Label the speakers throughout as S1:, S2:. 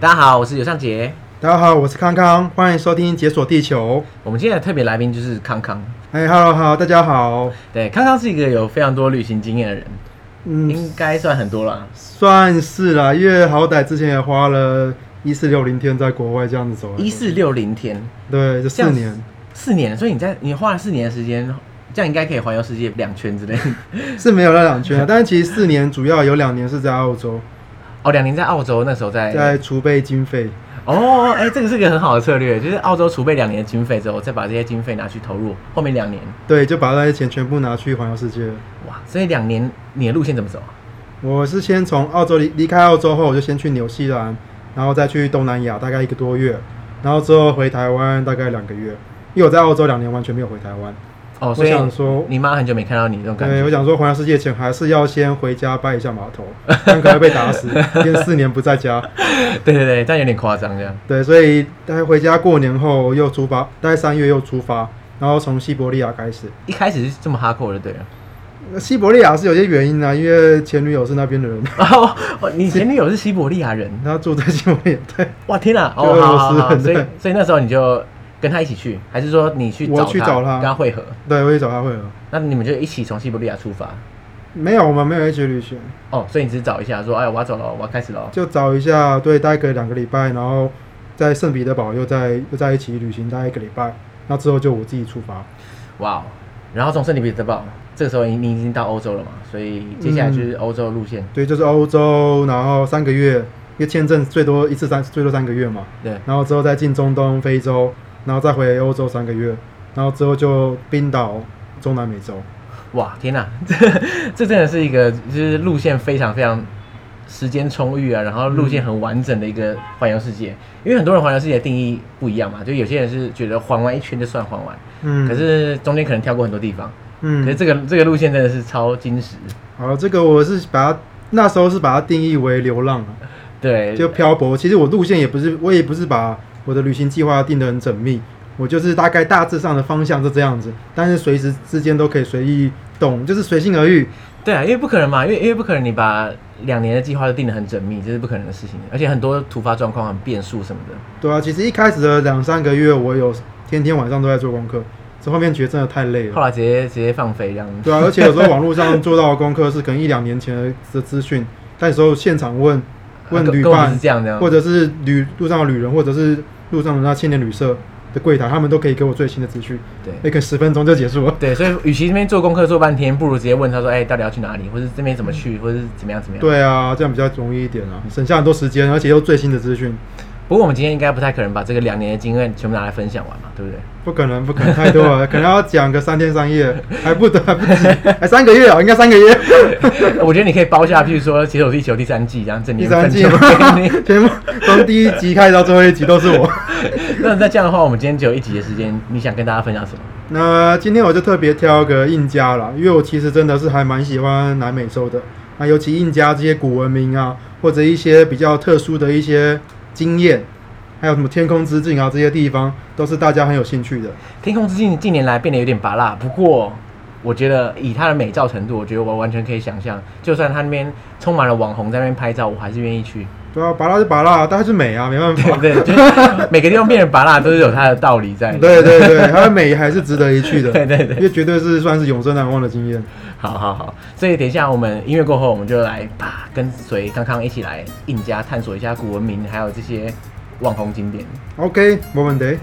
S1: 大家好，我是尤尚杰。
S2: 大家好，我是康康，欢迎收听《解锁地球》。
S1: 我们今天的特别来宾就是康康。
S2: 哎，Hello，好，大家好。
S1: 对，康康是一个有非常多旅行经验的人，
S2: 嗯，
S1: 应该算很多了。
S2: 算是啦，因为好歹之前也花了一四六零天在国外这样子走来走去。
S1: 一四六零天，
S2: 对，这
S1: 这
S2: 四
S1: 样
S2: 年
S1: 四年，所以你在你花了四年的时间，这样应该可以环游世界两圈之类 的。
S2: 是没有那 两圈啊，但是其实四年主要有两年是在澳洲，
S1: 哦，两年在澳洲，那时候在
S2: 在储备经费。
S1: 哦，哎、这个是个很好的策略，就是澳洲储备两年的经费之后，再把这些经费拿去投入后面两年。
S2: 对，就把那些钱全部拿去环游世界了。
S1: 哇，所以两年你的路线怎么走啊？
S2: 我是先从澳洲离离开澳洲后，我就先去纽西兰，然后再去东南亚，大概一个多月，然后之后回台湾大概两个月，因为我在澳洲两年完全没有回台湾。
S1: 哦，
S2: 我
S1: 所以
S2: 想说
S1: 你妈很久没看到你这种感
S2: 对，
S1: 觉。
S2: 我想说环游世界前还是要先回家拜一下码头，不然可能被 打死。因为四年不在家，
S1: 对对对，但有点夸张这样。
S2: 对，所以大概回家过年后又出发，大概三月又出发，然后从西伯利亚开始。
S1: 一开始是这么哈扣的，对了。
S2: 那西伯利亚是有些原因啊，因为前女友是那边的人，
S1: 哦，哦你前女友是西伯利亚人，
S2: 她住在西伯利亚。 对，
S1: 哇天哪！
S2: 就
S1: 哦，
S2: 俄
S1: 好
S2: 罗
S1: 好
S2: 斯
S1: 好好，
S2: 人
S1: 所以
S2: 对
S1: 所以那时候你就跟他一起去，还是说你去
S2: 我
S1: 找
S2: 去找他
S1: 跟他会合？
S2: 对，我去找她会合。
S1: 那你们就一起从西伯利亚出发。
S2: 没有，我们没有一起旅行，
S1: 哦，所以你只是找一下，说哎，我要走了，我要开始了。
S2: 就找一下，对，待个两个礼拜，然后在圣彼得堡又在又在一起旅行，待一个礼拜，那之后就我自己出发。
S1: 哇哦！然后从圣彼得堡，这个时候你你已经到欧洲了嘛，所以接下来就是
S2: 嗯
S1: 欧洲路线。
S2: 对，就是欧洲，然后三个月，因为签证最多一次三最多三个月嘛，
S1: 对，
S2: 然后之后再进中东、非洲，然后再回欧洲三个月，然后之后就冰岛、中南美洲。
S1: 哇天哪， 这这真的是一个就是路线非常非常时间充裕啊，然后路线很完整的一个环游世界。因为很多人环游世界的定义不一样嘛，就有些人是觉得环完一圈就算环完，
S2: 嗯，
S1: 可是中间可能跳过很多地方。可是
S2: 嗯，
S1: 这个这个路线真的是超金石，
S2: 好，这个我是把它那时候是把它定义为流浪啊，
S1: 对，
S2: 就漂泊。其实我路线也不是，我也不是把我的旅行计划定得很缜密，我就是大概大致上的方向是这样子，但是随时之间都可以随意动，就是随心而欲。
S1: 对啊，因为不可能嘛，因为因为不可能你把两年的计划都定得很缜密，这是不可能的事情，而且很多突发状况、很变数什么的。
S2: 对啊，其实一开始的两三个月，我有天天晚上都在做功课，这后面觉得真的太累
S1: 后
S2: 了。
S1: 来直接直接放飞这样子。
S2: 对啊，而且有时候网络上做到的功课是可能一两年前的资讯，但有时候现场问问
S1: 啊跟
S2: 旅
S1: 跟我们
S2: 伴
S1: 是，这样这样，
S2: 或者是旅路上的旅人，或者是路上的那青年旅社的柜台，他们都可以给我最新的资讯，
S1: 对
S2: 也可能十分钟就结 束了。
S1: 对，所以与其这边做功课做半天，不如直接问他说，哎、到底要去哪里，或者这边怎么去，或者是怎么样怎么样。。
S2: 对啊，这样比较容易一点啊，省下很多时间，而且又最新的资讯，
S1: 不过我们今天应该不太可能把这个两年的经验全部拿来分享完嘛，对不对？
S2: 不可能，不可能太多了，可能要讲个三天三夜，还不得还不止，还三个月啊，应该三个月。
S1: 我觉得你可以包下，譬如说《解锁地球》第三季这样，整
S2: 第
S1: 年
S2: 三
S1: 嗯分
S2: 季
S1: 享给你。
S2: 全部 从第一集开始到最后一集都是我。
S1: 那那这样的话，我们今天只有一集的时间，你想跟大家分享什么？
S2: 那今天我就特别挑个印加啦，因为我其实真的是还蛮喜欢南美洲的，那尤其印加这些古文明啊，或者一些比较特殊的一些经验，还有什么天空之境啊这些地方，都是大家很有兴趣的。
S1: 天空之镜近年来变得有点拔辣，不过我觉得以它的美照程度，我觉得我完全可以想象，就算它那边充满了网红在那边拍照，我还是愿意去。
S2: 对啊，巴拉是巴拉，但它是美啊，没办法。
S1: 对，就是每个地方变得拔辣都是有它的道理在。
S2: 对对对，它的美还是值得一去 的。
S1: 对对对
S2: 因为绝对是算是永生难忘的经验。
S1: 好好好，所以等一下我们音乐过后，我们就来吧，跟随康康一起来印加探索一下古文明，还有这些网红景点。
S2: OK，没问题。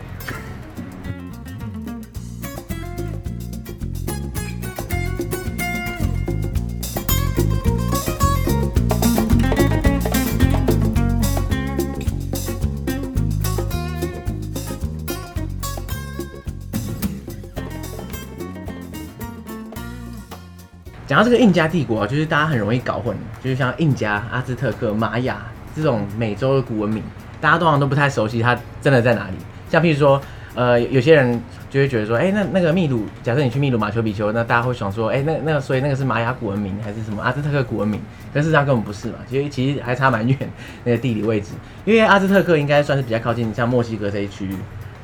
S1: 讲到这个印加帝国啊，就是大家很容易搞混，就是像印加、阿兹特克、玛雅这种美洲的古文明，大家通常都不太熟悉它真的在哪里。像譬如说，呃，有有些人就会觉得说，哎、那那个秘鲁，假设你去秘鲁马丘比丘，那大家会想说，哎、那那个所以那个是玛雅古文明还是什么阿兹特克古文明？但事实上根本不是嘛，其实其实还差蛮远 那个地理位置，因为阿兹特克应该算是比较靠近像墨西哥这一区域，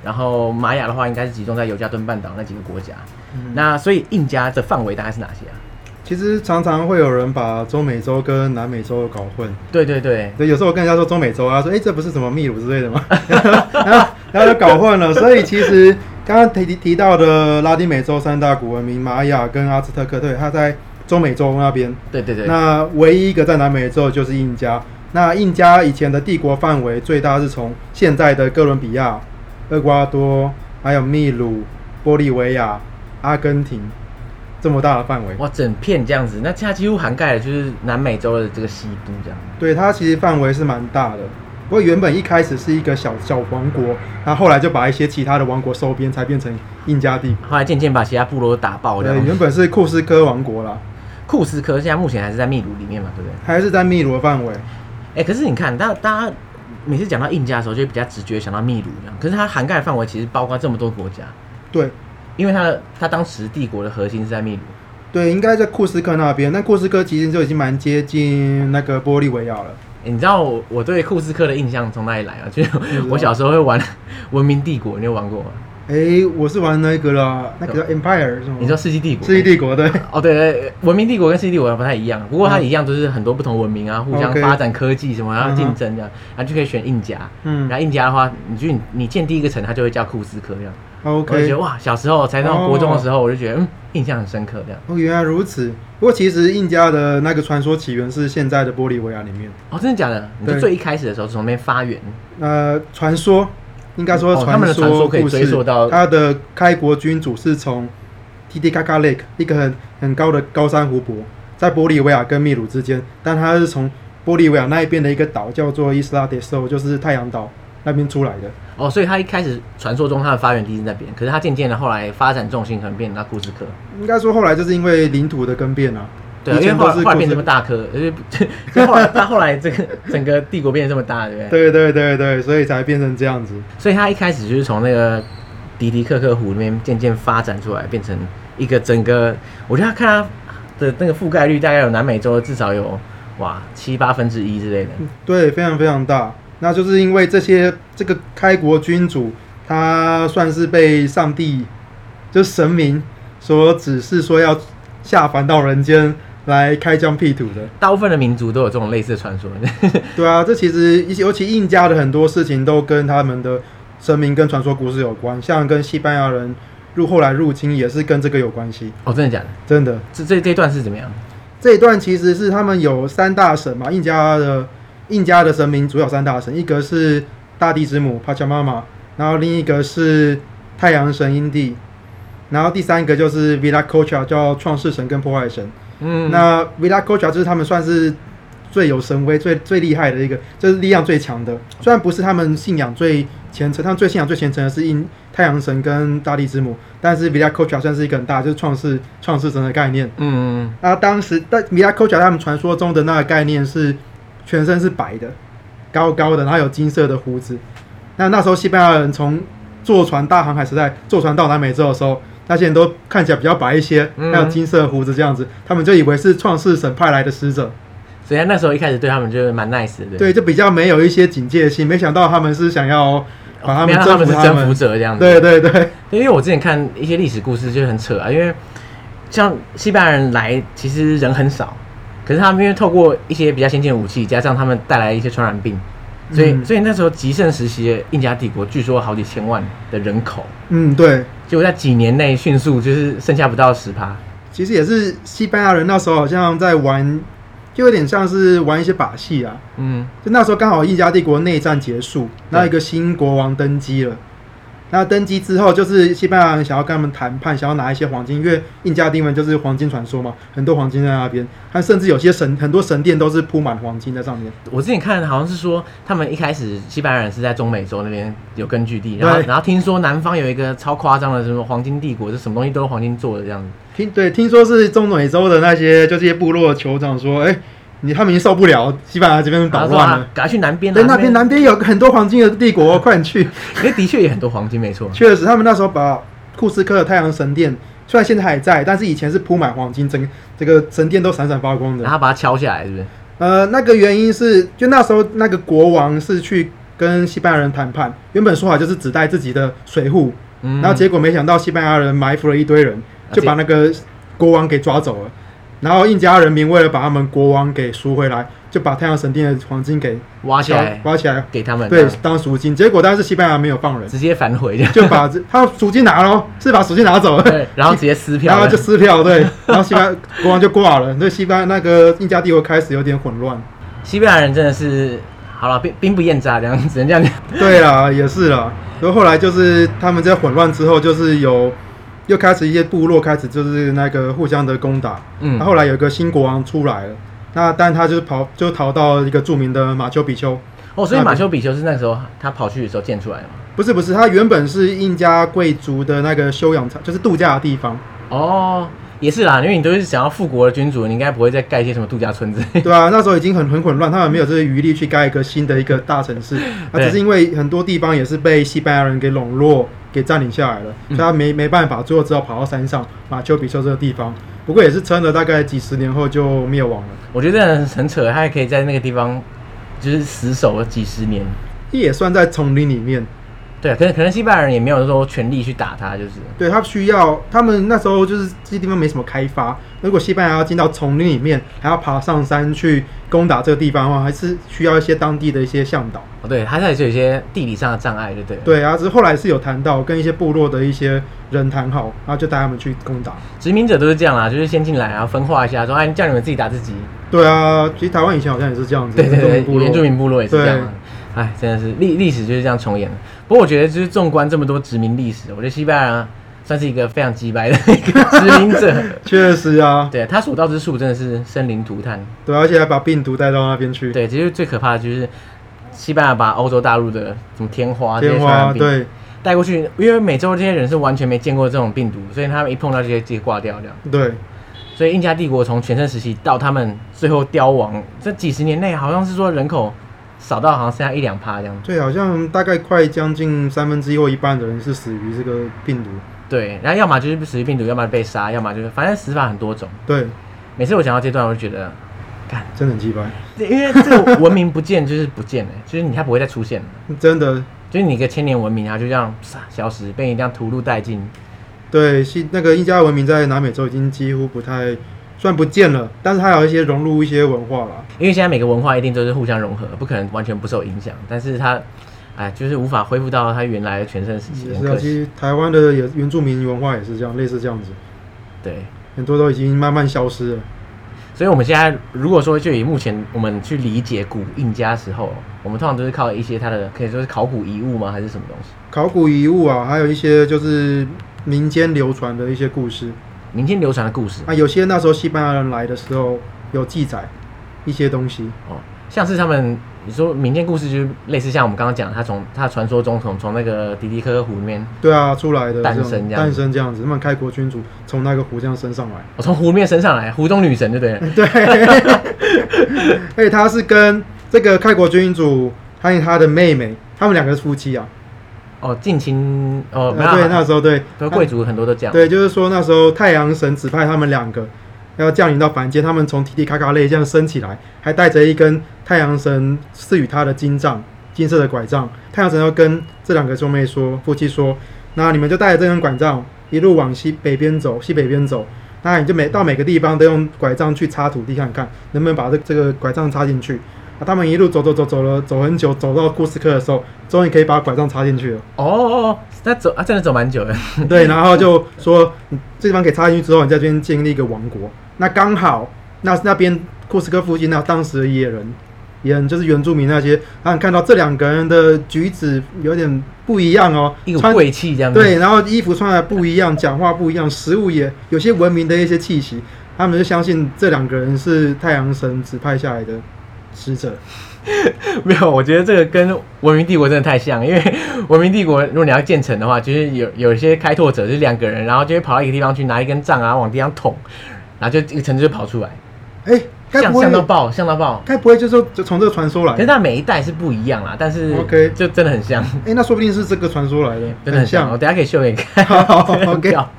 S1: 然后玛雅的话应该是集中在尤加敦半岛那几个国家。那所以印加的范围大概是哪些啊？
S2: 其实常常会有人把中美洲跟南美洲搞混。
S1: 对对对，
S2: 对，有时候我跟人家说中美洲啊，说哎、诶这不是什么秘鲁之类的吗？ 然后然后就搞混了。所以其实刚刚提提提到的拉丁美洲三大古文明玛雅跟阿兹特克，对，它在中美洲那边。
S1: 对对对，
S2: 那唯一一个在南美洲就是印加。那印加以前的帝国范围最大是从现在的哥伦比亚、厄瓜多，还有秘鲁、玻利维亚、阿根廷这么大的范围。
S1: 哇，整片这样子，那它几乎涵盖了就是南美洲的这个西部这样。
S2: 对，它其实范围是蛮大的。不过原本一开始是一个小小王国，然后后来就把一些其他的王国收编，才变成印加帝国。
S1: 后来渐渐把其他部落都打爆哦这
S2: 对，
S1: 样。
S2: 原本是库斯科王国啦，
S1: 库斯科现在目前还是在秘鲁里面嘛，对不对？
S2: 还是在秘鲁的范围。
S1: 哎、可是你看，大大家每次讲到印加的时候，就会比较直觉想到秘鲁这样。可是它涵盖的范围其实包括这么多国家，
S2: 对，
S1: 因为它的它当时帝国的核心是在秘鲁。
S2: 对，应该在库斯科那边。但库斯科其实就已经蛮接近那个玻利维亚了。
S1: 欸你知道我我对库斯科的印象从哪里来吗？ 就是
S2: 道
S1: 我小时候会玩《 文明帝国》，你有玩过吗？
S2: 诶，我是玩那个啦，那个叫 Empire 是吗？
S1: 你说《世纪帝国》？
S2: 世纪帝 国对，
S1: 哦，对对，对文明帝国跟世纪帝国不太一样，不过它一样都是很多不同文明啊，互相
S2: 哦 OK
S1: 发展科技什么，然后
S2: 嗯哼
S1: 竞争这样，然后就可以选印加。
S2: 嗯
S1: 然后印加的话，你去你建第一个城，它就会叫库斯科这样。我就觉
S2: ，OK
S1: 得。哇，小时候才上国中的时候，我就觉得嗯，印象很深刻这样。
S2: 哦，原来如此。不过其实印加的那个传说起源是现在的玻利维亚里面。
S1: 哦，真的假的？你就
S2: 对
S1: 最一开始的时候是从那边发源，
S2: 呃，传说应该说
S1: 哦
S2: 传说、故
S1: 他们的传说可以追
S2: 事
S1: 溯到
S2: 他的开国君主是从 Titicaca Lake 一个很很高的高山湖泊，在玻利维亚跟秘鲁之间，但他是从玻利维亚那一边的一个岛叫做 Isla de Sol，就是太阳岛那边出来的。
S1: 哦，所以它一开始传说中它的发源地是那边，可是它渐渐的后来发展重心可能变到库斯科。
S2: 应该说后来就是因为领土的更变啊，
S1: 对，
S2: 以
S1: 因为
S2: 前
S1: 后
S2: 都
S1: 来
S2: 是
S1: 后来变这
S2: 库斯
S1: 么大颗，呃就就后来他后来这个整个帝国变得这么大，对不对？
S2: 对对对对，所以才变成这样子。
S1: 所以他一开始就是从那个迪迪克克湖那边渐渐发展出来，变成一个整个，我觉得他看他的那个覆盖率大概有南美洲至少有哇七八分之一之类的。
S2: 对，非常非常大。那就是因为这些这个开国君主，他算是被上帝，就是神明所指示说要下凡到人间来开疆辟土的。
S1: 大部分的民族都有这种类似的传说，
S2: 对啊，这其实尤其印加的很多事情都跟他们的神明跟传说故事有关，像跟西班牙人入后来入侵也是跟这个有关系。
S1: 哦，真的假的？
S2: 真的，
S1: 这这这段是怎么样？
S2: 这一段其实是他们有三大神嘛，印加的印加的神明主要有三大神，一个是大地之母帕乔妈妈，然后另一个是太阳神阴帝，然后第三个就是 Viracocha 叫创世神跟破坏神。
S1: 嗯，
S2: 那 Viracocha 就是他们算是最有神威、最最厉害的一个，就是力量最强的。虽然不是他们信仰最虔诚，他们最信仰最虔诚的是印太阳神跟大地之母，但是 Viracocha 算是一个很大，就是创世创世神的概念。
S1: 嗯，
S2: 那当时但米拉科乔他们传说中的那个概念是，全身是白的，高高的，然后有金色的胡子。那那时候西班牙人从坐船大航海时代坐船到南美洲的时候，那些人都看起来比较白一些，
S1: 嗯
S2: 还有金色的胡子这样子，他们就以为是创世神派来的使者，
S1: 所以他那时候一开始对他们就是蛮 nice 的，
S2: 对，就比较没有一些警戒心。没想到他们是想要把他
S1: 没
S2: 们
S1: 想到他
S2: 征服
S1: 们是征服者这样子。
S2: 对对对，
S1: 对，因为我之前看一些历史故事就很扯啊，因为像西班牙人来，其实人很少，可是他们因为透过一些比较先进的武器，加上他们带来一些传染病，所以、
S2: 嗯
S1: 所以那时候极盛时期的印加帝国，据说好几千万的人口，
S2: 嗯对。
S1: 结果在几年内迅速就是剩下不到十趴。
S2: 其实也是西班牙人那时候好像在玩，就有点像是玩一些把戏啊，
S1: 嗯，
S2: 就那时候刚好印加帝国内战结束，然后一个新国王登基了。那登基之后，就是西班牙人想要跟他们谈判，想要拿一些黄金，因为印加帝们就是黄金传说嘛，很多黄金在那边，他甚至有些神很多神殿都是铺满黄金在上面。
S1: 我之前看好像是说他们一开始西班牙人是在中美洲那边有根据地，然后
S2: 对
S1: 然后听说南方有一个超夸张的什么黄金帝国，这什么东西都是黄金做的这样子。
S2: 听对，听说是中美洲的那些就是一些部落的酋长说，哎、你他们已经受不了西班牙这边
S1: 然
S2: 捣
S1: 后说
S2: 乱
S1: 啊
S2: 了，，
S1: 赶快去南边啊，
S2: 对，那边南边有很多黄金的帝国，快点去。
S1: 因为的确也很多黄金，没错。
S2: 确实，他们那时候把库斯科的太阳神殿，虽然现在还在，但是以前是铺满黄金，整这个神殿都闪闪发光
S1: 然
S2: 的。
S1: 后把它敲下来，是不是？
S2: 呃，那个原因是，就那时候那个国王是去跟西班牙人谈判，原本说好就是只带自己的水户，
S1: 嗯啊
S2: 然后结果没想到西班牙人埋伏了一堆人，就把那个国王给抓走了。然后印加人民为了把他们国王给赎回来，就把太阳神殿的黄金给
S1: 挖起来啊
S2: 挖起来，
S1: 给他们，
S2: 对，当赎金。结果但是西班牙没有放人，
S1: 直接反悔 这样，
S2: 就把这他赎金拿了，是把赎金拿走了，
S1: 对，然 后直接撕票
S2: 然
S1: 了，
S2: 后就撕票，对，然后西班牙国王就挂了。那西班牙那个印加帝国开始有点混乱。
S1: 西班牙人真的是好了，兵兵不厌诈这样，只能这样讲。
S2: 对啦，也是啦。然后后来就是他们在混乱之后，就是有又开始一些部落开始就是那个互相的攻打。
S1: 嗯
S2: 然后后来有一个新国王出来了，那但他就是跑就逃到一个著名的马丘比丘。
S1: 哦，所以马丘比丘是那时候他跑去的时候建出来的嘛。
S2: 不是不是，他原本是印加贵族的那个休养场，就是度假的地方，
S1: 哦，也是啦，因为你都是想要复国的君主，你应该不会再盖一些什么度假村之类的。
S2: 对啊，那时候已经很很混乱，他们没有这个余力去盖一个新的一个大城市，啊，
S1: 对
S2: 只是因为很多地方也是被西班牙人给笼络、给占领下来了，所以他没没办法，最后只好跑到山上马丘比丘这个地方。不过也是撑了大概几十年后就灭亡了，
S1: 我觉得真的很扯，他还可以在那个地方就是死守了几十年。
S2: 也算在丛林里面。
S1: 对，啊可能可能西班牙人也没有说全力去打他，就是
S2: 对他需要，他们那时候就是这些地方没什么开发，如果西班牙要进到丛林里面，还要爬上山去攻打这个地方的话，还是需要一些当地的一些向导。
S1: 哦，对，他还是有一些地理上的障碍，对不对？，
S2: 对啊，只是后来是有谈到跟一些部落的一些人谈好，然后就带他们去攻打。
S1: 殖民者都是这样啦，就是先进来，然后分化一下，说哎，叫你们自己打自己。
S2: 对啊，其实台湾以前好像也是这样子，
S1: 对对
S2: 原
S1: 对，
S2: 住民
S1: 原
S2: 部
S1: 住
S2: 落。
S1: 民部落也是这样
S2: 对
S1: 啊。哎，真的是历历史就是这样重演的。不过我觉得就是纵观这么多殖民历史，我觉得西班牙人算是一个非常鸡掰的一个殖民 者。
S2: 确实啊，
S1: 对他所到之处真的是生灵涂炭。
S2: 对，啊而且还把病毒带到那边去。
S1: 对，其实最可怕的就是西班牙把欧洲大陆的什么天花这些
S2: 天
S1: 传染
S2: 花，
S1: 病
S2: 对
S1: 带过去，因为美洲这些人是完全没见过这种病毒，所以他们一碰到这些直接挂掉这样。
S2: 对，
S1: 所以印加帝国从全盛时期到他们最后凋亡，这几十年内好像是说人口少到好像剩下一两趴这样。
S2: 对，啊好像大概快将近三分之一或一半的人是死于这个病毒。
S1: 对，然后要么就是死于病毒，要么被杀，要么就是反正死法很多种。
S2: 对，
S1: 每次我讲到这段，我就觉得，干，
S2: 真的很鸡掰，
S1: 这因为 这个文明不见就是不见了，欸就是你它不会再出现了，
S2: 真的。
S1: 就是你一个千年文明，它就这样唰消失，被你这样屠戮殆尽。
S2: 对，西那个印加文明在南美洲已经几乎不太，虽然不见了，但是它有一些融入一些文化啦。
S1: 因为现在每个文化一定都是互相融合，不可能完全不受影响，但是它，哎，就是无法恢复到它原来的全盛时期，
S2: 也
S1: 很
S2: 是啊，
S1: 可
S2: 其
S1: 惜。
S2: 实台湾的也原住民文化也是这样，类似这样子，
S1: 对，
S2: 很多都已经慢慢消失了。
S1: 所以我们现在如果说就以目前我们去理解古印加时候，我们通常都是靠一些它的可以说是考古遗物吗，还是什么东西？
S2: 考古遗物啊，还有一些就是民间流传的一些故事
S1: 民间流传的故事
S2: 啊，有些那时候西班牙人来的时候有记载一些东西，
S1: 哦，像是他们你说民间故事，就是类似像我们刚刚讲的，他从他传说中从从那个迪迪科科湖里面，
S2: 对啊，出来的
S1: 诞
S2: 这种
S1: 生这样
S2: 诞生这样子，他们开国君主从那个湖这样升上来，
S1: 我、从湖里面升上来，湖中女神对不对了？
S2: 对，而且他是跟这个开国君主还有他的妹妹，他们两个是夫妻啊，
S1: 哦，近亲哦，
S2: 呃
S1: 没有
S2: 对，
S1: 啊，
S2: 那时候对，
S1: 都贵族很多都这样，
S2: 对，就是说那时候太阳神指派他们两个要降临到凡间，他们从提提卡卡类这样升起来，还带着一根太阳神赐予他的金杖，金色的拐杖。太阳神要跟这两个兄妹说，夫妻说，那你们就带着这根拐杖一路往西北边走，西北边走。那你就每到每个地方都用拐杖去插土地，看看能不能把这这个拐杖插进去。啊，他们一路走走走走了，走很久，走到库斯克的时候，终于可以把拐杖插进去了。
S1: 哦哦，哦那走啊，真的走蛮久的，
S2: 对，然后就说你这地方给插进去之后，你在这边建立一个王国。那刚好，那那边库斯科附近那当时的野人，野人就是原住民那些，他们看到这两个人的举止有点不一样哦，
S1: 一股
S2: 穿
S1: 贵气这样子。
S2: 对，然后衣服穿的不一样，讲话不一样，食物也有些文明的一些气息，他们就相信这两个人是太阳神指派下来的使者。
S1: 没有，我觉得这个跟文明帝国真的太像，因为 文明帝国如果你要建成的话，就是有有一些开拓者就是两个人，然后就会跑到一个地方去拿一根杖啊往地上捅，然后就一个城市就跑出来，
S2: 哎，该
S1: 像
S2: 不
S1: 像到
S2: 会，
S1: 爆，像到爆。
S2: 该不会就是就从这个传说来
S1: 可是
S2: 的？
S1: 它每一代是不一样啦，但是
S2: OK
S1: 就真的很像，
S2: 哎，那说不定是这个传说来的，
S1: 真的很像。我等一下可以秀给你看。
S2: 好
S1: 真的很
S2: ，OK
S1: 屌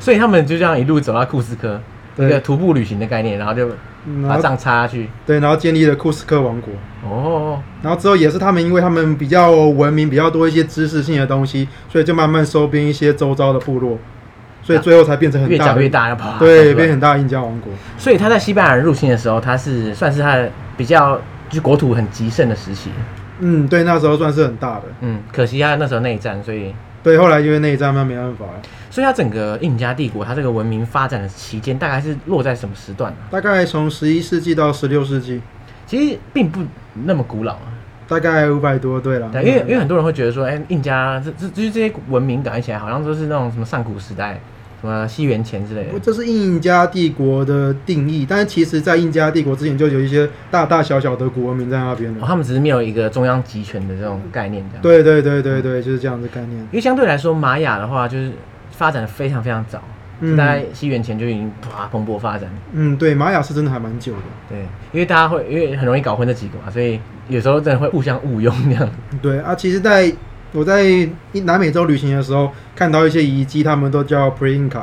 S1: 所以他们就这样一路走到库斯科，
S2: 对
S1: 一个徒步旅行的概念，然后就
S2: 嗯然
S1: 把
S2: 后
S1: 杖插下去。
S2: 对，然后建立了库斯克王国。
S1: 哦，
S2: 然后之后也是他们，因为他们比较文明，比较多一些知识性的东西，所以就慢慢收编一些周遭的部落。所以最后才变成很
S1: 越
S2: 大
S1: 长
S2: 的
S1: 越，大，要跑。啊
S2: 对，
S1: 跑出
S2: 变
S1: 来
S2: 很大的印加王国。
S1: 所以他在西班牙人入侵的时候，他是算是他的比较就是国土很极盛的时期。
S2: 嗯，对，那时候算是很大的。
S1: 嗯，可惜他那时候内战，所以
S2: 对，后来因为内战，那没办法了。
S1: 所以他整个印加帝国，它这个文明发展的期间大概是落在什么时段呢、
S2: 大概从十一世纪到十六世纪，
S1: 其实并不那么古老啊，
S2: 大概五百多对了。
S1: 对，因为因为很多人会觉得说，哎、印加这这就是这些文明感觉起来好像都是那种什么上古时代、什么西元前之类
S2: 不
S1: 的。
S2: 嗯这是印加帝国的定义，但是其实，在印加帝国之前就有一些大大小小的古文明在那边
S1: 哦、
S2: 了。
S1: 他们只是没有一个中央集权的这种概念，这样。。
S2: 对对对对对，就是这样的概念。
S1: 因为相对来说，玛雅的话就是发展的非常非常早，
S2: 嗯
S1: 就大概西元前就已经哇蓬勃发展。
S2: 嗯，对，玛雅是真的还蛮久的。
S1: 对，因为大家会因为很容易搞混这几个嘛，所以有时候真的会互相误用这样。
S2: 对啊，其实在我在南美洲旅行的时候，看到一些遗迹，他们都叫 pre-Inca，pre-Inca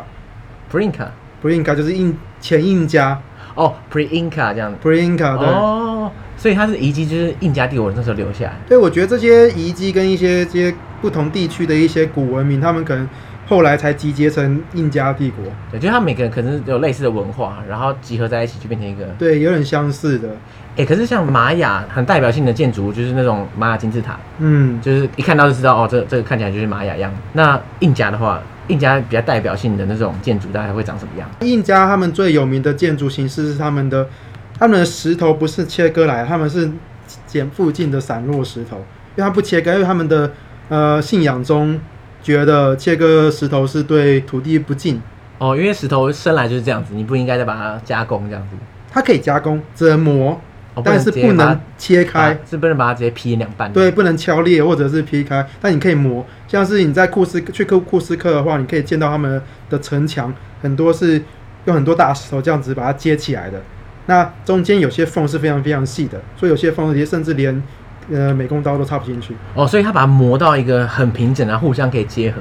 S1: Pre-Inca
S2: 就是印前印加
S1: 哦，Pre-Inca 这样子。
S2: pre-Inca 对。
S1: 哦，所以它是遗迹，就是印加帝国那时候留下来。
S2: 对，我觉得这些遗迹跟一些这些不同地区的一些古文明，他们可能后来才集结成印加帝国，
S1: 对，就是他们每个人可能有类似的文化，然后集合在一起就变成一个。
S2: 对，有点相似的。
S1: 哎、可是像玛雅很代表性的建筑物就是那种玛雅金字塔，
S2: 嗯，
S1: 就是一看到就知道哦，这这个看起来就是玛雅样。那印加的话，印加比较代表性的那种建筑大概会长什么样？
S2: 印加他们最有名的建筑形式是他们的，他们的石头不是切割来的，他们是捡附近的散落石头，因为他不切割，因为他们的呃信仰中觉得切割石头是对土地不敬，
S1: 哦，因为石头生来就是这样子，你不应该再把它加工这样子。
S2: 它可以加工折磨，
S1: 哦、
S2: 但
S1: 直
S2: 是
S1: 接
S2: 不
S1: 把
S2: 能
S1: 它
S2: 切开。
S1: 把是不能把它直接劈两半。
S2: 对，，不能敲裂或者是劈开，但你可以磨。像是你在库斯去库库斯克的话，你可以见到他们的城墙，很多是用很多大石头这样子把它接起来的。那中间有些缝是非常非常细的，所以有些缝也甚至连呃美工刀都插不进去。
S1: 哦，所以它把它磨到一个很平整，然后互相可以结合。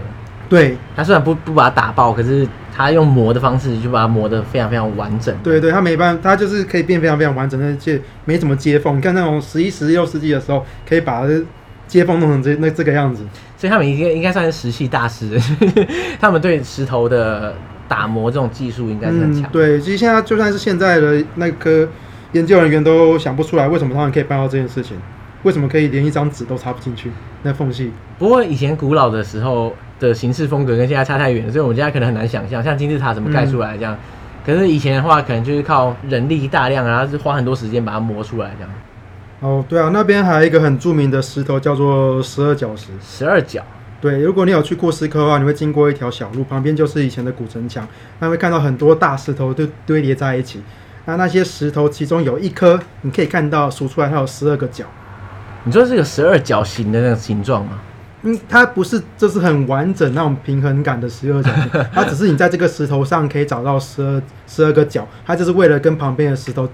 S2: 对
S1: 它虽然不不把它打爆，可是它用磨的方式就把它磨得非常非常完整。
S2: 对对，它没办法，它就是可以变非常非常完整，而且没怎么接缝。你看那种十一、十六世纪的时候，可以把它接缝弄成这那这个样子。
S1: 所以他们应该应该算是石器大师， 他们对石头的打磨这种技术应该是很强、
S2: 嗯。，对，其实现在就算是现在的那个研究人员都想不出来，为什么他们可以办到这件事情？为什么可以连一张纸都插不进去那缝隙？
S1: 不过以前古老的时候的形式风格跟现在差太远了，所以我们现在可能很难想象，像金字塔怎么盖出来这
S2: 嗯
S1: 样。可是以前的话，可能就是靠人力大量，然后是花很多时间把它磨出来这样。
S2: 哦，对啊，那边还有一个很著名的石头叫做十二角石。
S1: 十二角，
S2: 对，如果你有去库斯科的话，你会经过一条小路，旁边就是以前的古城墙，那会看到很多大石头都堆叠在一起。那那些石头，其中有一颗，你可以看到数出来，它有十二个角。
S1: 你说这个十二角形的那个形状吗？
S2: 嗯，它不是就是很完整那种平衡感的十二角形，它只是你在这个石头上可以找到十二十二个角，它就是为了跟旁边的石头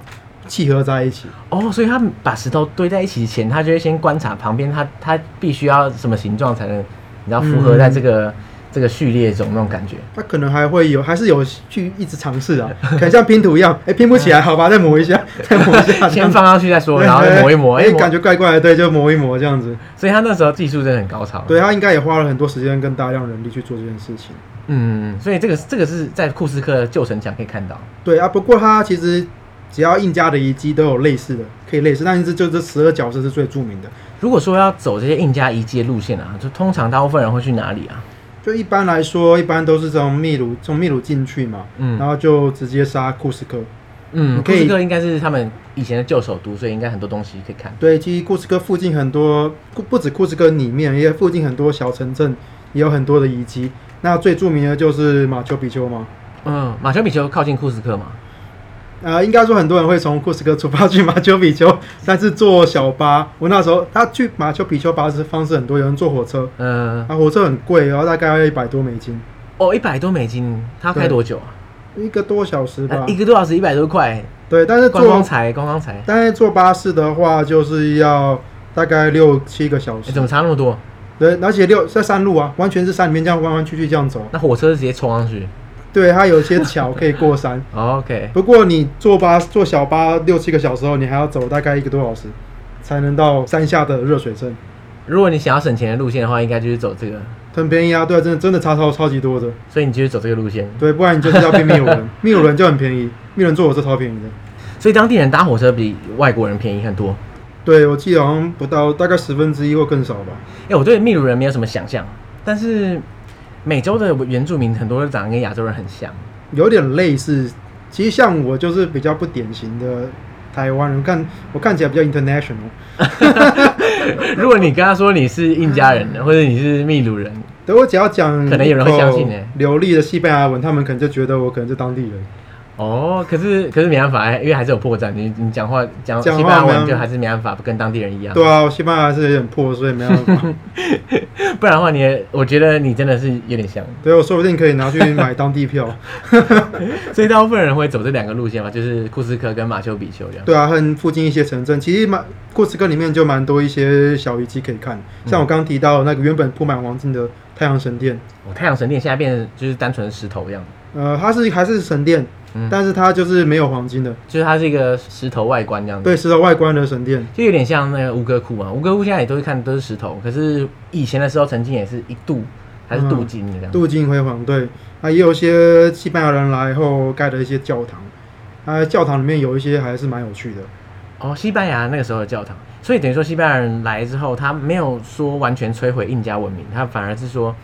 S2: 契合在一起。
S1: 哦，所以他们把石头堆在一起前，他就会先观察旁边它，它必须要什么形状才能，你知道符合在这个、
S2: 嗯
S1: 这个序列中那种感觉。
S2: 它可能还会有，还是有去一直尝试 啊，可能像拼图一样，哎、拼不起来，好吧，再磨一下，再磨一下，这
S1: 先
S2: 样子
S1: 放上去再说，然后 再磨一磨，
S2: 哎、
S1: 哎、
S2: 诶
S1: 磨
S2: 感觉怪怪的，对，就磨一磨这样子。
S1: 所以他那时候技术真的很高超。
S2: 对，他应该也花了很多时间跟大量人力去做这件事情。
S1: 嗯，所以这个这个是在库斯克旧城墙可以看到。
S2: 对啊，不过它其实只要印加的遗迹都有类似的，可以类似，但是就这十二角石是最著名的。
S1: 如果说要走这些印加遗迹的路线啊，就通常大部分人会去哪里啊？
S2: 就一般来说，一般都是从秘鲁从秘鲁进去嘛，
S1: 嗯
S2: 然后就直接杀库斯科。
S1: 嗯，
S2: 你
S1: 库
S2: 可以
S1: 斯克应该是他们以前的旧首都，所以应该很多东西可以看。
S2: 对，其实库斯科附近很多，不不止库斯科里面，也附近很多小城镇也有很多的遗迹。那最著名的就是马丘比丘嘛，
S1: 嗯，马丘比丘靠近库斯克嘛。
S2: 呃，应该说很多人会从库斯科出发去 马丘比丘，但是坐小巴，我那时候他去马丘比丘巴士方式很多，有人坐火车，
S1: 嗯，
S2: 啊，火车很贵，然后大概要一百多美金，
S1: 哦，一百多美金，它开多久啊？
S2: 一个多小时吧
S1: 呃一。个多小时一百多块，
S2: 对，但是
S1: 观光
S2: 坐
S1: 财，观光财，哎、
S2: 但是坐巴士的话，就是要大概六七个小时。
S1: 哎怎么差那么多？
S2: 对，而且六在山路啊，完全是山里面这样弯弯曲曲这样走。
S1: 那火车是直接冲上去。
S2: 对，它有些桥可以过山。
S1: OK，
S2: 不过你坐巴坐小巴六七个小时后，你还要走大概一个多小时，才能到山下的热水镇。
S1: 如果你想要省钱的路线的话，应该就是走这个
S2: 很便宜啊，对啊，真的真的差超超级多的。
S1: 所以你就是走这个路线。
S2: 对，不然你就是要变密 友人，密友人就很便宜，密友人坐火车超便宜的。
S1: 所以当地人搭火车比外国人便宜很多。
S2: 对，我记得好像不到大概十分之一或更少吧。
S1: 哎、我对秘鲁人没有什么想象，但是美洲的原住民很多都长得跟亚洲人很像。
S2: 有点类似。其实像我就是比较不典型的台湾人，看我看起来比较 international，
S1: 如果你跟他说你是印加人，或者你是秘鲁人，
S2: 对我只要讲
S1: 可能有人会相信欸
S2: 流利的西班牙文，他们可能就觉得我可能是当地人。
S1: 哦，可是可是没办法，因为还是有破绽。你你讲话讲西
S2: 讲话
S1: 班牙
S2: 没有
S1: 文就还是没办法，不跟当地人一样。
S2: 对啊，我西班牙是有点破，所以没办 法。
S1: 不然的话你也，我觉得你真的是有点像。
S2: 对我说不定可以拿去买当地票。
S1: 所以大部分人会走这两个路线嘛，就是库斯科跟马丘比丘这样。
S2: 对啊，和附近一些城镇，其实蛮库斯科里面就蛮多一些小遗迹可以看，
S1: 嗯
S2: 像我刚刚提到的那个原本铺满黄金的太阳神殿，
S1: 哦，太阳神殿现在变成就是单纯石头一样，
S2: 呃，它是还是神殿，
S1: 嗯
S2: 但是它就是没有黄金的，
S1: 就是它是一个石头外观这样子。
S2: 对，石头外观的神殿。
S1: 就有点像那个吴哥窟嘛，吴哥窟现在也都是看都是石头，可是以前的时候曾经也是一镀还是镀金的这样。
S2: 镀金辉煌，对，啊，也有一些西班牙人来后盖的一些教堂，啊，教堂里面有一些还是蛮有趣的，
S1: 哦，西班牙那个时候的教堂，所以等于说西班牙人来之后，他没有说完全摧毁印加文明，他反而是说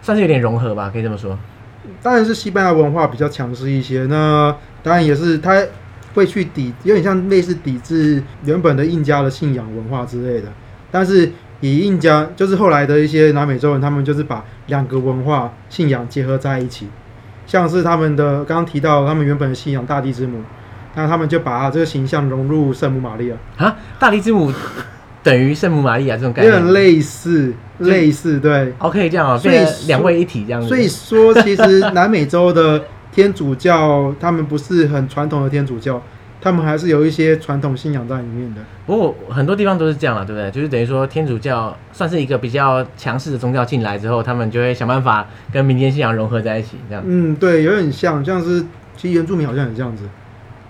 S1: 算是有点融合吧，可以这么说。
S2: 当然是西班牙文化比较强势一些，那当然也是他会去抵，有点像类似抵制原本的印加的信仰文化之类的，但是以印加就是后来的一些南美洲人，他们就是把两个文化信仰结合在一起，像是他们的刚刚提到他们原本的信仰大地之母，那他们就把这个形象融入圣母玛利亚。
S1: 啊，大力之母等于圣母玛利亚这种概
S2: 有点
S1: 念。
S2: 类似，
S1: 就是
S2: 类似对。
S1: 哦，可以这样哦，
S2: 所以
S1: 变成两位一体这样子。
S2: 所以说，其实南美洲的天主教，他们不是很传统的天主教，他们还是有一些传统信仰在里面的。
S1: 不过很多地方都是这样了，对不对？就是等于说天主教算是一个比较强势的宗教进来之后，他们就会想办法跟民间信仰融合在一起，这样。
S2: 嗯，对，有点像，像是其实原住民好像很这样子，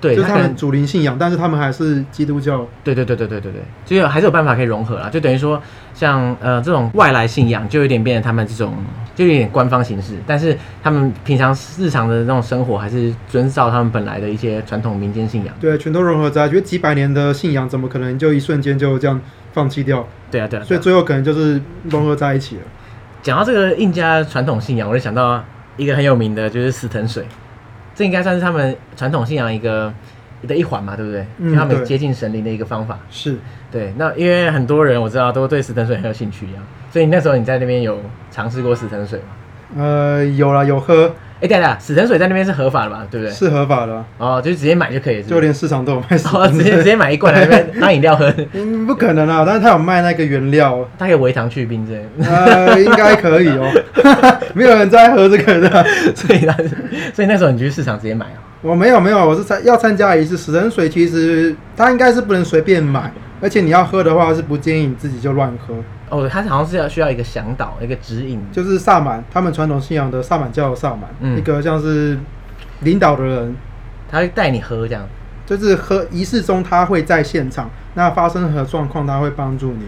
S1: 对，
S2: 就
S1: 他
S2: 是他
S1: 可能
S2: 们主灵信仰，但是他们还是基督教。
S1: 对对对对对对对，就有还是有办法可以融合啦。就等于说像呃这种外来信仰，就有点变成他们这种就有点官方形式，但是他们平常日常的那种生活还是遵照他们本来的一些传统民间信仰。
S2: 对，全都融合在，觉得几百年的信仰怎么可能就一瞬间就这样放弃掉？
S1: 对啊对啊。
S2: 所
S1: 对
S2: 以
S1: 啊
S2: 最后可能就是融合在一起了。
S1: 讲到这个印加传统信仰，我就想到一个很有名的就是死藤水，这应该算是他们传统信仰一个的一环嘛，对不对？
S2: 嗯
S1: 就他们
S2: 对
S1: 接近神灵的一个方法。
S2: 是，
S1: 对，那因为很多人我知道都对死藤水很有兴趣一样，所以那时候你在那边有尝试过死藤水吗？
S2: 呃，有啦，有喝
S1: 哎、等一下，死藤水在那边是合法的吧？对不对？
S2: 是合法的啊，
S1: 哦，就是直接买就可以，是
S2: 就
S1: 不是
S2: 连市场都有卖。
S1: 哦，直接直接买一罐来那 边当饮料喝，
S2: 嗯，不可能啊！但是他有卖那个原料，
S1: 它可以微糖去冰之类的，
S2: 呃，应该可以哦。 没有人在喝这个的，
S1: 所以它是，所以那时候你去市场直接买啊。
S2: 我没有没有，我是参要参加一次。死神水其实它应该是不能随便买，而且你要喝的话是不建议你自己就乱喝。
S1: 哦，它好像是要需要一个向导，一个指引。
S2: 就是萨满，他们传统信仰的萨满教的萨满，
S1: 嗯
S2: 一个像是领导的人，
S1: 他会带你喝这样。
S2: 就是喝仪式中他会在现场，那发生任何状况他会帮助你，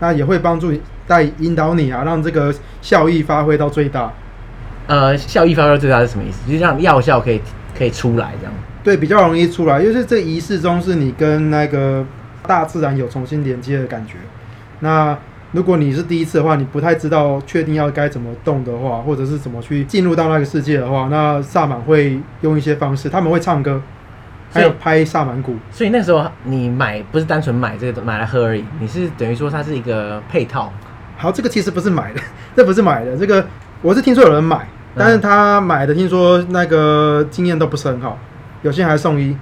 S2: 那也会帮助你带引导你啊，让这个效益发挥到最大。
S1: 呃，效益发挥最大是什么意思？就是让药效可以可以出来这样。
S2: 对，比较容易出来，就是这仪式中是你跟那个大自然有重新连接的感觉。那如果你是第一次的话，你不太知道确定要该怎么动的话，或者是怎么去进入到那个世界的话，那萨满会用一些方式，他们会唱歌，还有
S1: 所以
S2: 拍萨满鼓。
S1: 所以那时候你买不是单纯买这个买来喝而已，你是等于说它是一个配套。
S2: 好，这个其实不是买的， 这不是买的，这个我是听说有人买，
S1: 嗯
S2: 但是他买的听说那个经验都不是很好，有些人还送医，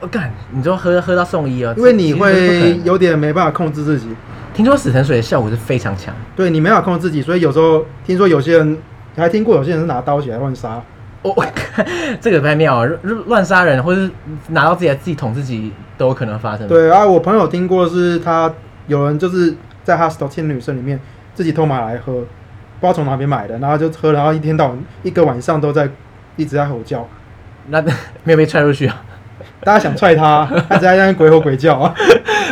S1: 我、哦干，你说喝喝到送医哦，
S2: 因为
S1: 这
S2: 你
S1: 其实是不可
S2: 会
S1: 能的
S2: 有点没办法控制自己。
S1: 听说死藤水的效果是非常强。
S2: 对你没法控制自己，所以有时候听说有些人还听过有些人是拿刀起来乱杀，
S1: 我、 我这个不太妙啊！乱乱杀人或是拿到自己的自己捅自己都有可能发生。，
S2: 对啊，我朋友听过是他有人就是在 hostel 听女生里面自己偷买来喝，不知道从哪边买的，然后就喝，然后一天到晚一个晚上都在一直在吼叫，
S1: 那没有被踹出去啊。
S2: 大家想踹他，他只在那边鬼吼鬼叫啊。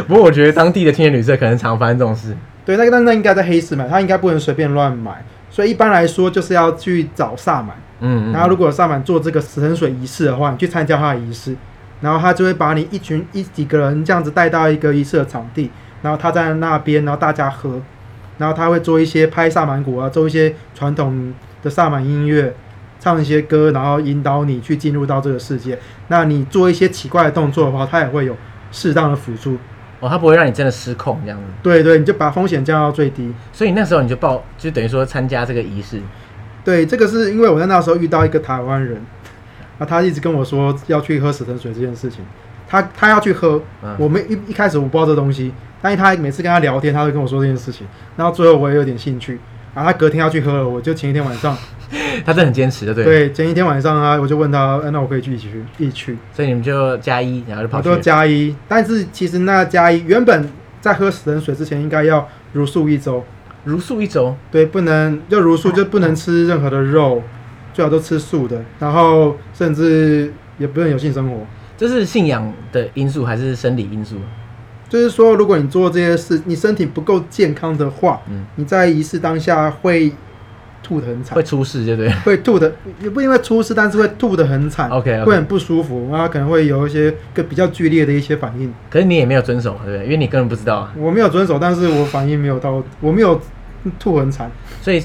S1: 不过我觉得当地的青年旅社可能常发生这种事。
S2: 对，那个那那应该在黑市买，他应该不能随便乱买，所以一般来说就是要去找萨满，
S1: 嗯，嗯
S2: 然后如果有萨满做这个神水仪式的话，你去参加他的仪式，然后他就会把你一群一几个人这样子带到一个仪式的场地，然后他在那边，然后大家喝，然后他会做一些拍萨满鼓啊，做一些传统的萨满音乐，唱一些歌，然后引导你去进入到这个世界。那你做一些奇怪的动作的话，他也会有适当的辅助。
S1: 哦，他不会让你真的失控这样子，
S2: 对对，你就把风险降到最低。
S1: 所以那时候你就报，就等于说参加这个仪式，
S2: 对，这个是因为我在那时候遇到一个台湾人，啊，他一直跟我说要去喝死藤水这件事情，他他要去喝，
S1: 嗯
S2: 我们一一开始我不知道这东西，但是他每次跟他聊天，他会跟我说这件事情，然后最后我也有点兴趣，然后他隔天要去喝了，我就前一天晚上，
S1: 他真的很坚持的，对了，
S2: 对，前一天晚上啊，我就问他，哎那我可以去一起去一起去，
S1: 所以你们就加一，然后就跑
S2: 我
S1: 去
S2: 都加一，但是其实那加一原本在喝死藤水之前应该要如素一周，
S1: 如素一周，
S2: 对，不能要茹素，就不能吃任何的肉，最好都吃素的，然后甚至也不能有性生活。
S1: 这是信仰的因素还是生理因素？
S2: 就是说，如果你做这些事，你身体不够健康的话，
S1: 嗯
S2: 你在仪式当下会吐得很惨
S1: 会，出事，对不对？
S2: 会吐的也不因为出事，但是会吐得很惨
S1: OK，OK
S2: 会很不舒服，然后可能会有一些个比较剧烈的一些反应。
S1: 可是你也没有遵守嘛，对不对？因为你根本不知道啊，
S2: 我没有遵守，但是我反应没有到，我没有吐很惨，
S1: 所以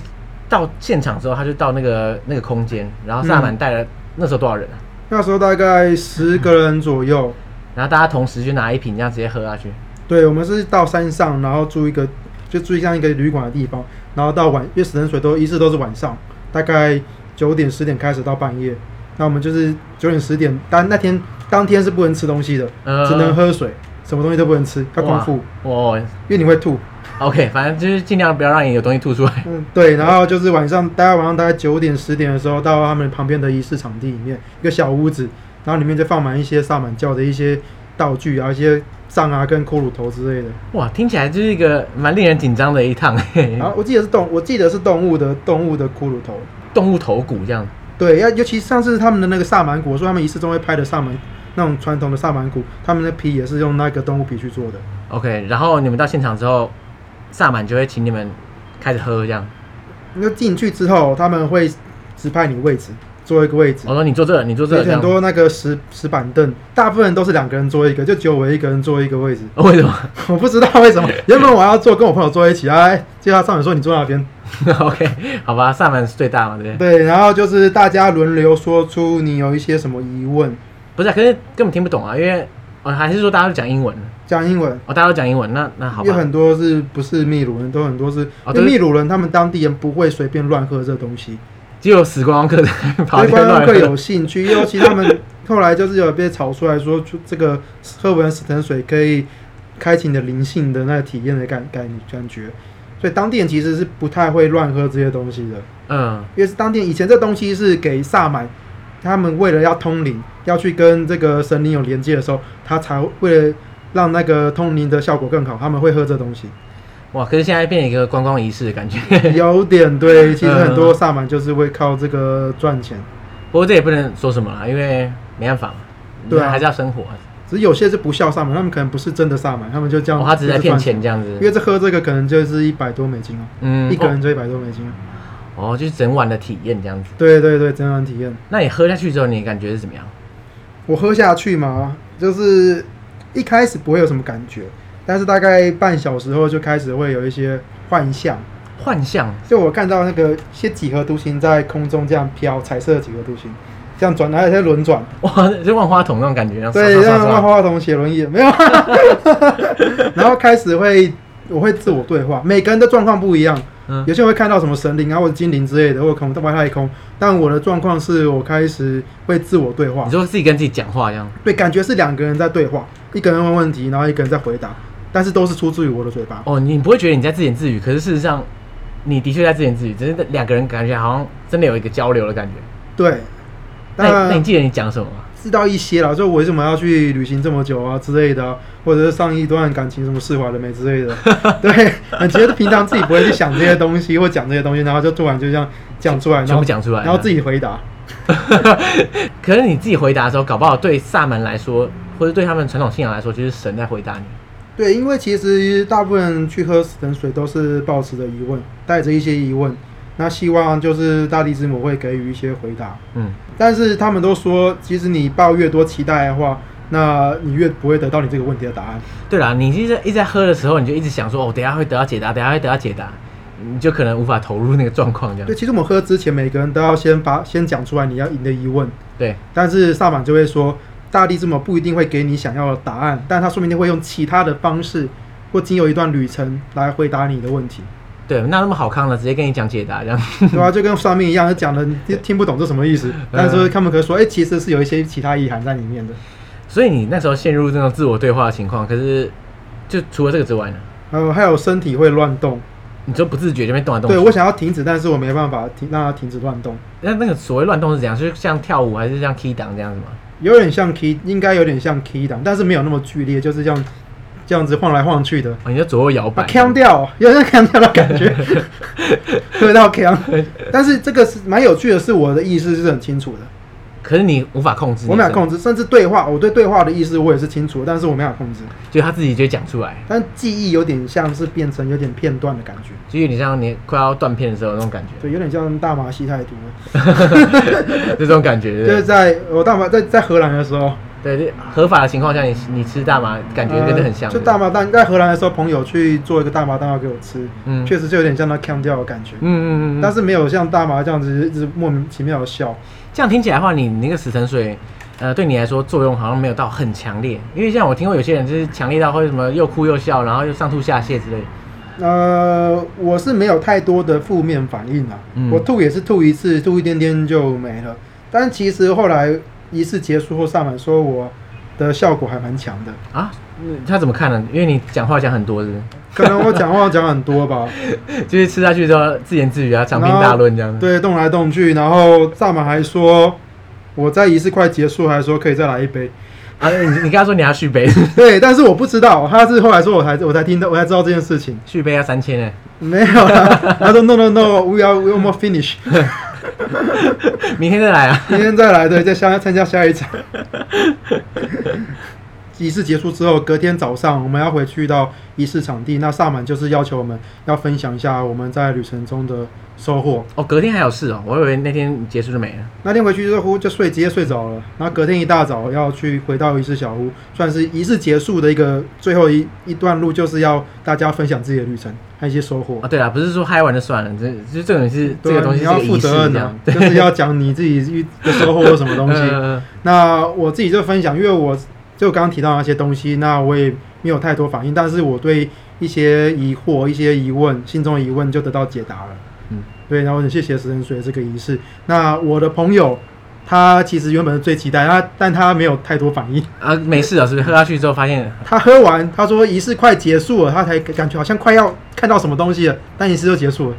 S1: 到现场之后，他就到那个那个空间，然后萨
S2: 嗯
S1: 满带了、那时候多少人啊？
S2: 那时候大概十个人左右。
S1: 然后大家同时就拿一瓶这样直接喝下去，
S2: 对，我们是到山上，然后住一个，就住像一个旅馆的地方，然后到晚，因为死人水都一直都是晚上，大概九点十点开始到半夜。那我们就是九点十点，但那天当天是不能吃东西的，
S1: 呃
S2: 只能喝水，什么东西都不能吃，要空腹，
S1: 哇哦
S2: 因为你会吐。
S1: ，OK，反正就是尽量不要让你有东西吐出来。
S2: 嗯，对。然后就是晚上，大概晚上大概九点十点的时候，到他们旁边的仪式场地里面，一个小屋子，然后里面就放满一些萨满教的一些道具啊，一些杖啊跟骷髅头之类的。
S1: 哇，听起来就是一个蛮令人紧张的一趟， 嘿
S2: 然后我记得是动，我记得是动物的动物的骷髅头。
S1: 动物头骨这样。
S2: 对，要尤其上次他们的那个萨满鼓，我说他们仪式中会拍的萨满那种传统的萨满鼓，他们的皮也是用那个动物皮去做的。
S1: OK，然后你们到现场之后，萨满就会请你们开始喝这样。
S2: 那进去之后，他们会指派你位置，坐一个位置
S1: 我。说你坐这，你哦坐这，
S2: 而
S1: 这
S2: 且
S1: 样。
S2: 很多那个石石板凳，大部分人都是两个人坐一个，就只有我一个人坐一个位置。
S1: 哦 为什么
S2: 我不知道为 什么，原本我要坐跟我朋友坐一起，哎，结果他上面说你坐那边，
S1: ？OK，好吧，萨满是最大嘛，对不对？
S2: 对，然后就是大家轮流说出你有一些什么疑问，
S1: 不是啊、可是根本听不懂啊，因为哦，还是说大家都讲英文，
S2: 讲英文，
S1: 哦，大家都讲英文，那那好
S2: 因为
S1: 吧。
S2: 很多是不是秘鲁人，都很多是，
S1: 哦
S2: 因为
S1: 对
S2: 秘鲁人他们当地人不会随便乱喝这东西，
S1: 只有死观光客在跑那边
S2: 对观光
S1: 乱
S2: 客
S1: 喝
S2: 有。兴趣，尤其他们 后来就是有被炒出来说，就这个喝完死藤水可以开启你的灵性的那个体验的感感感觉，所以当地人其实是不太会乱喝这些东西的，
S1: 嗯，
S2: 因为是当地以前这东西是给萨满，他们为了要通灵，要去跟这个神灵有连接的时候，他才为了让那个通灵的效果更好，他们会喝这东西。
S1: 哇，可是现在变成一个观光仪式的感觉。
S2: 有点对，其实
S1: 嗯
S2: 很多萨满就是会靠这个赚钱，
S1: 不过这也不能说什么啦，因为没办法嘛，
S2: 对啊
S1: 还是要生活啊。
S2: 只是有些是不孝萨满，他们可能不是真的萨满，他们就这样，
S1: 哦，他只是在骗钱
S2: 就是赚
S1: 这样
S2: 因
S1: 子。
S2: 为这喝这个可能就是一百多美金哦，
S1: 嗯
S2: 一个人就一百多美金哦。
S1: 哦，哦就是整晚的体验这样子。
S2: 对对对，真的体验。
S1: 那你喝下去之后，你的感觉是怎么样？
S2: 我喝下去嘛，就是一开始不会有什么感觉，但是大概半小时后就开始会有一些幻象，
S1: 幻象，
S2: 就我看到那个一些几何图形在空中这样飘，彩色的几何图形这样转，还有一些轮转，
S1: 哇，就万花筒那种感觉，然后
S2: 对，
S1: 刷刷
S2: 让
S1: 刷
S2: 万
S1: 刷
S2: 花筒写轮椅没有，啊 然后开始会我会自我对话，每个人的状况不一样，
S1: 嗯
S2: 有些人会看到什么神灵啊或者精灵之类的，或者恐到外太空，但我的状况是我开始会自我对话
S1: 你，说自己哦跟自己讲话一样，
S2: 对，感觉是两个人在对话，一个人问问题，然后一个人在回答，但是都是出自于我的嘴巴，
S1: 哦，你不会觉得你在自言自语，可是事实上，你的确在自言自语，只是两个人感觉好像真的有一个交流的感觉。
S2: 对，
S1: 那你那
S2: 那
S1: 你记得你讲什么吗？
S2: 知道一些啦，就我为什么要去旅行这么久啊之类的啊、或者是上一段感情什么释怀了没之类的， 对，你觉得平常自己不会去想这些东西或讲这些东西，然后就突然就这样讲出来，然
S1: 全
S2: 后
S1: 部讲出来，
S2: 然后自己回答，
S1: 可是你自己回答的时候，搞不好对萨满来说，或者对他们传统信仰来说，就是神在回答你。
S2: 对，因为其实大部分人去喝死藤水都是抱持着疑问，带着一些疑问，那希望就是大地之母会给予一些回答。
S1: 嗯，
S2: 但是他们都说，其实你抱越多期待的话，那你越不会得到你这个问题的答案。
S1: 对啦，你一直一直在喝的时候，你就一直想说，哦，等一下会得到解答，等一下会得到解答，你就可能无法投入那个状况这样
S2: 对，。其实我们喝之前，每个人都要先把先讲出来你要赢的疑问，
S1: 对，
S2: 但是萨满就会说，大地之母不一定会给你想要的答案，但他说明定会用其他的方式或经由一段旅程来回答你的问题，
S1: 对，那那么好康了，直接跟你讲解答这样。
S2: 对吧、就跟算命一样，讲的你听听不懂这什么意思，但是他们可以说，哎、其实是有一些其他意涵在里面的。
S1: 所以你那时候陷入这种自我对话的情况，可是就除了这个之外呢，
S2: 呃，还有身体会乱动，
S1: 你就不自觉这边动来动去。
S2: 对我想要停止，但是我没办法停让它停止乱动，
S1: 那那个所谓乱动是怎样？就是像跳舞还是像 key 档这样子吗？
S2: 有点像 key，应该有点像 key 档，但是没有那么剧烈，就是这样这样子晃来晃去的。
S1: 哦，你就左右摇
S2: 把
S1: 摆。
S2: 腔掉，有点腔掉的感 觉，喝到腔。但是这个是蛮有趣的，是我的意识是很清楚的，
S1: 可是你无法控制，
S2: 我没法控制，甚至对话，我对对话的意思我也是清楚的，但是我没法控制。
S1: 制，就他自己就讲出来，
S2: 但记忆有点像是变成有点片段的感觉，
S1: 就有点像你快要断片的时候那种感 觉，
S2: 对，有点像大麻吸太多了。
S1: 就这种感觉，
S2: 就是
S1: 对不
S2: 在我大麻在在荷兰的时候，
S1: 对对，合法的情况下你你吃大麻，感觉跟这很像，对
S2: 呃
S1: 不
S2: 就
S1: 对
S2: 大麻蛋在荷兰的时候，朋友去做一个大麻蛋糕给我吃，
S1: 嗯
S2: 确实就有点像那腔掉的感觉，
S1: 嗯嗯嗯嗯，
S2: 但是没有像大麻这样子一直莫名其妙的笑。
S1: 这样听起来的话，你你那个死沉水，呃，对你来说作用好像没有到很强烈，因为像我听过有些人就是强烈到会什么又哭又笑，然后又上吐下泻之类的。
S2: 呃，我是没有太多的负面反应啊，
S1: 嗯
S2: 我吐也是吐一次，吐一点点就没了。但其实后来仪式结束后，上满说我的效果还蛮 强的，
S1: 啊，嗯他怎么看呢？因为你讲话讲很多是不
S2: 可能我讲话讲很多吧，
S1: 是， 就是吃下去之后自言自语啊，长篇
S2: 然后
S1: 大论这样子。
S2: 对，动来动去。然后萨满还说，我在仪式快结束还说可以再来一杯，
S1: 啊，你你跟他说你要续杯，
S2: 对，但是我不知道，他是后来说我才我才听到我才知道这件事情，
S1: 续杯要三千哎，
S2: 没有啦，他说 no no no，we are we almost finish，
S1: 明天再来 啊。
S2: 明天再来，对，再下参加下一场。仪式结束之后，隔天早上我们要回去到仪式场地，那萨满就是要求我们要分享一下我们在旅程中的收获。
S1: 哦，隔天还有事哦，我以为那天结束就没了。
S2: 那天回去之后就睡，直接睡着了。然后隔天一大早要去回到仪式小屋，算是仪式结束的一个最后一一段路，就是要大家分享自己的旅程 和一些收获
S1: 哦，。对啊，不是说嗨完就算了，这就这种是这
S2: 对啊
S1: 个东西
S2: 你
S1: 是个
S2: 要
S1: 仪
S2: 负
S1: 式
S2: 责任
S1: 这
S2: 啊
S1: 样，，
S2: 就是啊要讲你自己遇的收获是什么东西。
S1: 呃
S2: 那我自己就分享，因为我就刚刚提到那些东西，那我也没有太多反应，但是我对一些疑惑、一些疑问、心中的疑问就得到解答了。
S1: 嗯，
S2: 对，然后很谢谢石神水这个仪式。那我的朋友他其实原本是最期待他，但他没有太多反应。
S1: 啊，没事了，是不是？喝下去之后发现
S2: 他喝完，他说仪式快结束了，他才感觉好像快要看到什么东西了，但仪式就结束了。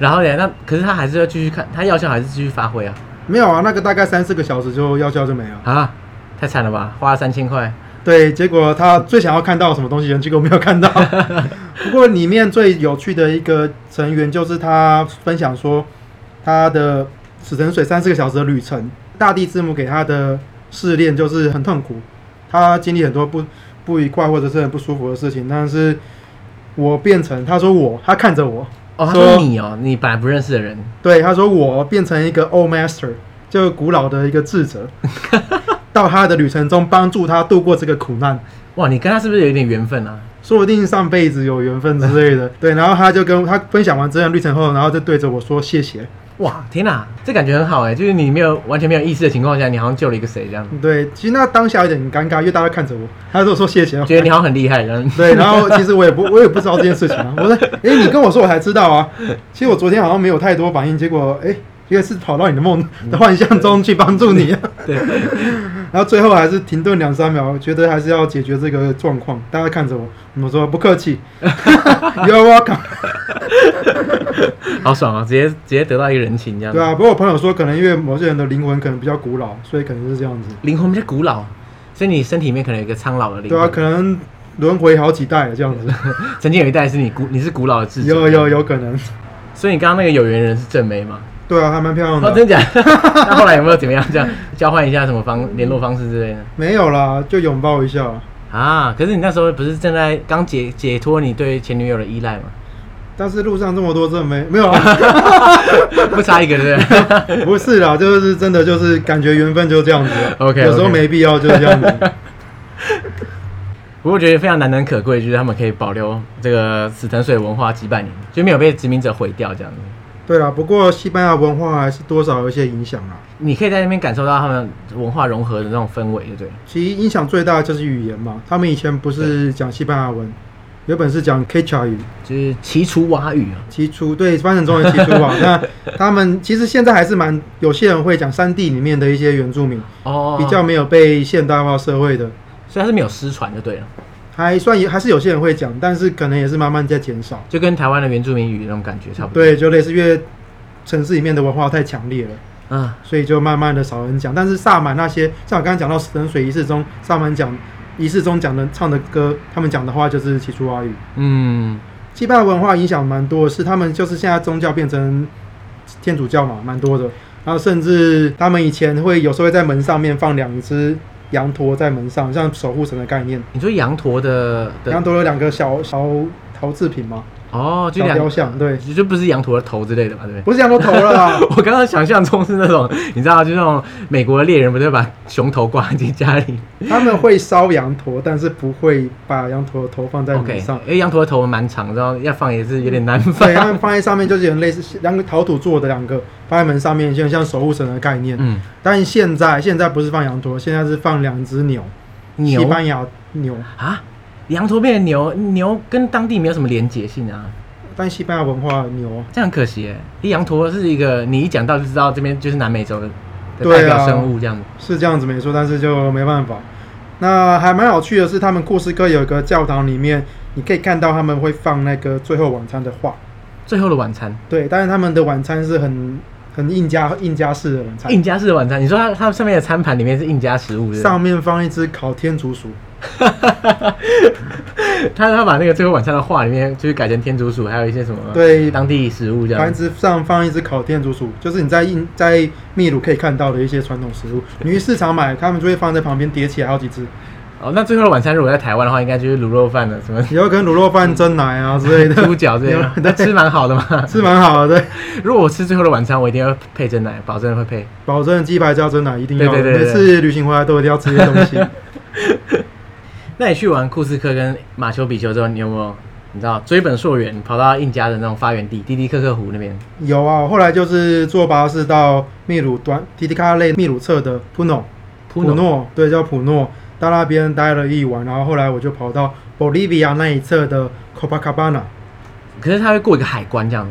S1: 然后呢？那可是他还是要继续看，他药效还是继续发挥啊！没
S2: 没有啊，那个大概三四个小时就药效就没了。
S1: 啊，太惨了吧，花了三千块。
S2: 对，结果他最想要看到什么东西，结果没有看到。不过里面最有趣的一个成员就是他分享说，他的死神水三四个小时的旅程，大地之母给他的试炼就是很痛苦，他经历很多不不愉快或者是很不舒服的事情，但是我变成他说我，他看着我，
S1: 哦，他
S2: 说
S1: 说你哦，你本来不认识的人，
S2: 对，他说我变成一个 old master，就古老的一个智者，到他的旅程中帮助他度过这个苦难。
S1: 哇，你跟他是不是有点缘分啊？
S2: 说不定上辈子有缘分之 类的。对，然后他就跟他分享完这段旅程后，然后就对着我说谢谢。
S1: 哇，天哪，这感觉很好哎，就是你没有完全没有意识的情况下，你好像救了一个谁这样，
S2: 对，其实那当下有点尴尬，因为大家看着我，他就说谢谢。
S1: 觉得你好像很厉害这样。
S2: 对，然后其实我也不我也不知道这件事情啊。我说， 哎、你跟我说我才知道啊。其实我昨天好像没有太多反应，结果哎。因为是跑到你的梦的幻象中去帮助你，
S1: 对，
S2: 然后最后还是停顿两三秒，觉得还是要解决这个状况。大家看着我，我说不客 气，You're welcome。
S1: 好爽啊，直接直接得到一个人情这样。
S2: 对，啊，不过我朋友说，可能因为某些人的灵魂可能比较古老，所以可能是这样子。
S1: 灵魂比较古老，所以你身体里面可能有一个苍老的灵
S2: 对啊，
S1: 魂。
S2: 可能轮回好几代了这样 子，
S1: 曾经有一代是你古，你是古老的智者。
S2: 有有。有可能。
S1: 所以你刚刚那个有缘人是正妹吗？
S2: 对啊，还蛮漂亮
S1: 哦，
S2: 的。
S1: 真假？ 那后来有没有怎么样这样交换一下什么方联络方式之类的？
S2: 没有啦，就拥抱一下。
S1: 啊，可是你那时候不是正在刚解解脱你对前女友的依赖吗？
S2: 但是路上这么多，真的没没有啊，
S1: 不差一个对不对？
S2: 不是啦，就是真的就是感觉缘分就这样子了。
S1: OK，OK
S2: 有时候没必要就这样子。
S1: 不过我觉得非常难能可贵，就是他们可以保留这个死藤水文化几百年，就没有被殖民者毁掉这样子。
S2: 对啊啦，不过西班牙文化还是多少有一些影响啊啦。
S1: 你可以在那边感受到他们文化融合的那种氛围，对不对？
S2: 其实影响最大的就是语言嘛，他们以前不是讲西班牙文，原本是讲 Quechua 语，
S1: 就是齐楚瓦语啊，
S2: 提出对翻成中文提出 啊。那他们其实现在还是蛮有些人会讲山地里面的一些原住民，
S1: 哦，
S2: 比较，没有被现代化社会的，
S1: 所以它是没有失传就对了，
S2: 还算也还是有些人会讲，但是可能也是慢慢在减少。
S1: 就跟台湾的原住民语那种感觉差不多。，
S2: 对，就类似越城市里面的文化太强烈了。
S1: 啊，
S2: 所以就慢慢的少人讲。但是萨满那些，像我刚刚讲到死神水仪式中，萨满讲仪式中讲的唱的歌，他们讲的话就是起初阿语。
S1: 嗯，
S2: 祭拜文化影响蛮多的，是他们就是现在宗教变成天主教嘛，蛮多的。然后甚至他们以前会有时候会在门上面放两只羊驼在门上，像守护神的概念。
S1: 你说羊驼的
S2: 羊
S1: 的
S2: 驼有两个小小陶制品嘛，
S1: 哦，就
S2: 小
S1: 两
S2: 雕像，对，
S1: 就不是羊驼的头之类的嘛，对不对？
S2: 不是羊驼头了啦，
S1: 我刚刚想象中是那种， 你知道，就那种美国的猎人不是会把熊头挂进家里
S2: 他们会烧羊驼，但是不会把羊驼的头放在门
S1: ？OK，
S2: 上。
S1: 因为羊驼的头蛮长，然后要放也是有点难放
S2: 对，。啊它们放在上面就是有点类似两个陶土做的两个放在门上面，就像守护神的概念。
S1: 嗯，
S2: 但现在现在不是放羊驼，现在是放两只牛，西
S1: 牛
S2: 班牙牛。
S1: 啊，羊驼变成牛，牛跟当地没有什么连结性啊，
S2: 但西班牙文化牛，
S1: 这样很可惜耶。因为羊驼是一个你一讲到就知道这边就是南美洲的的
S2: 对啊
S1: 代表生物这样子。
S2: 是这样子没错，但是就没办法。那还蛮有趣的是，他们库斯科有一个教堂里面，你可以看到他们会放那个《最后晚餐》的画。
S1: 最后的晚餐，
S2: 对，但是他们的晚餐是很很印加印加式的晚餐，
S1: 印加式的晚餐，你说它它上面的餐盘里面是印加食物是不
S2: 上面放一只烤天竺鼠。
S1: 是， 他他把那个最后晚餐的话里面就是改成天竺鼠，还有一些什么
S2: 对
S1: 当地食物这样
S2: 盘
S1: 子。
S2: 子上放一只烤天竺鼠，就是你在印在秘鲁可以看到的一些传统食物。你去市场买，他们就会放在旁边叠起来好几只，
S1: 哦，那最后的晚餐如果在台湾的话，应该就是卤肉饭了，什 么
S2: 也有跟卤肉饭、蒸奶啊之类的，
S1: 猪脚之类的，那吃蛮好的嘛。
S2: 是蛮好的。
S1: 如果我吃最后的晚餐，我一定要配真奶，保证会配。
S2: 保证鸡排加蒸奶一定要
S1: 对
S2: 的，
S1: 对对对
S2: 每次旅行回来都一定要吃这些 东西。
S1: 那你去完库斯科跟马丘比丘之后，你有没有你知道追本溯源，跑到印加的那种发源地迪迪克克湖那边？
S2: 有啊，我后来就是坐巴士到秘鲁端提提卡类秘鲁侧的普诺，
S1: 普
S2: 普
S1: 诺
S2: 诺对叫普诺，到那边待了一晚，然后后来我就跑到 Bolivia 那一侧的 Copacabana。
S1: 可是它会过一个海关这样，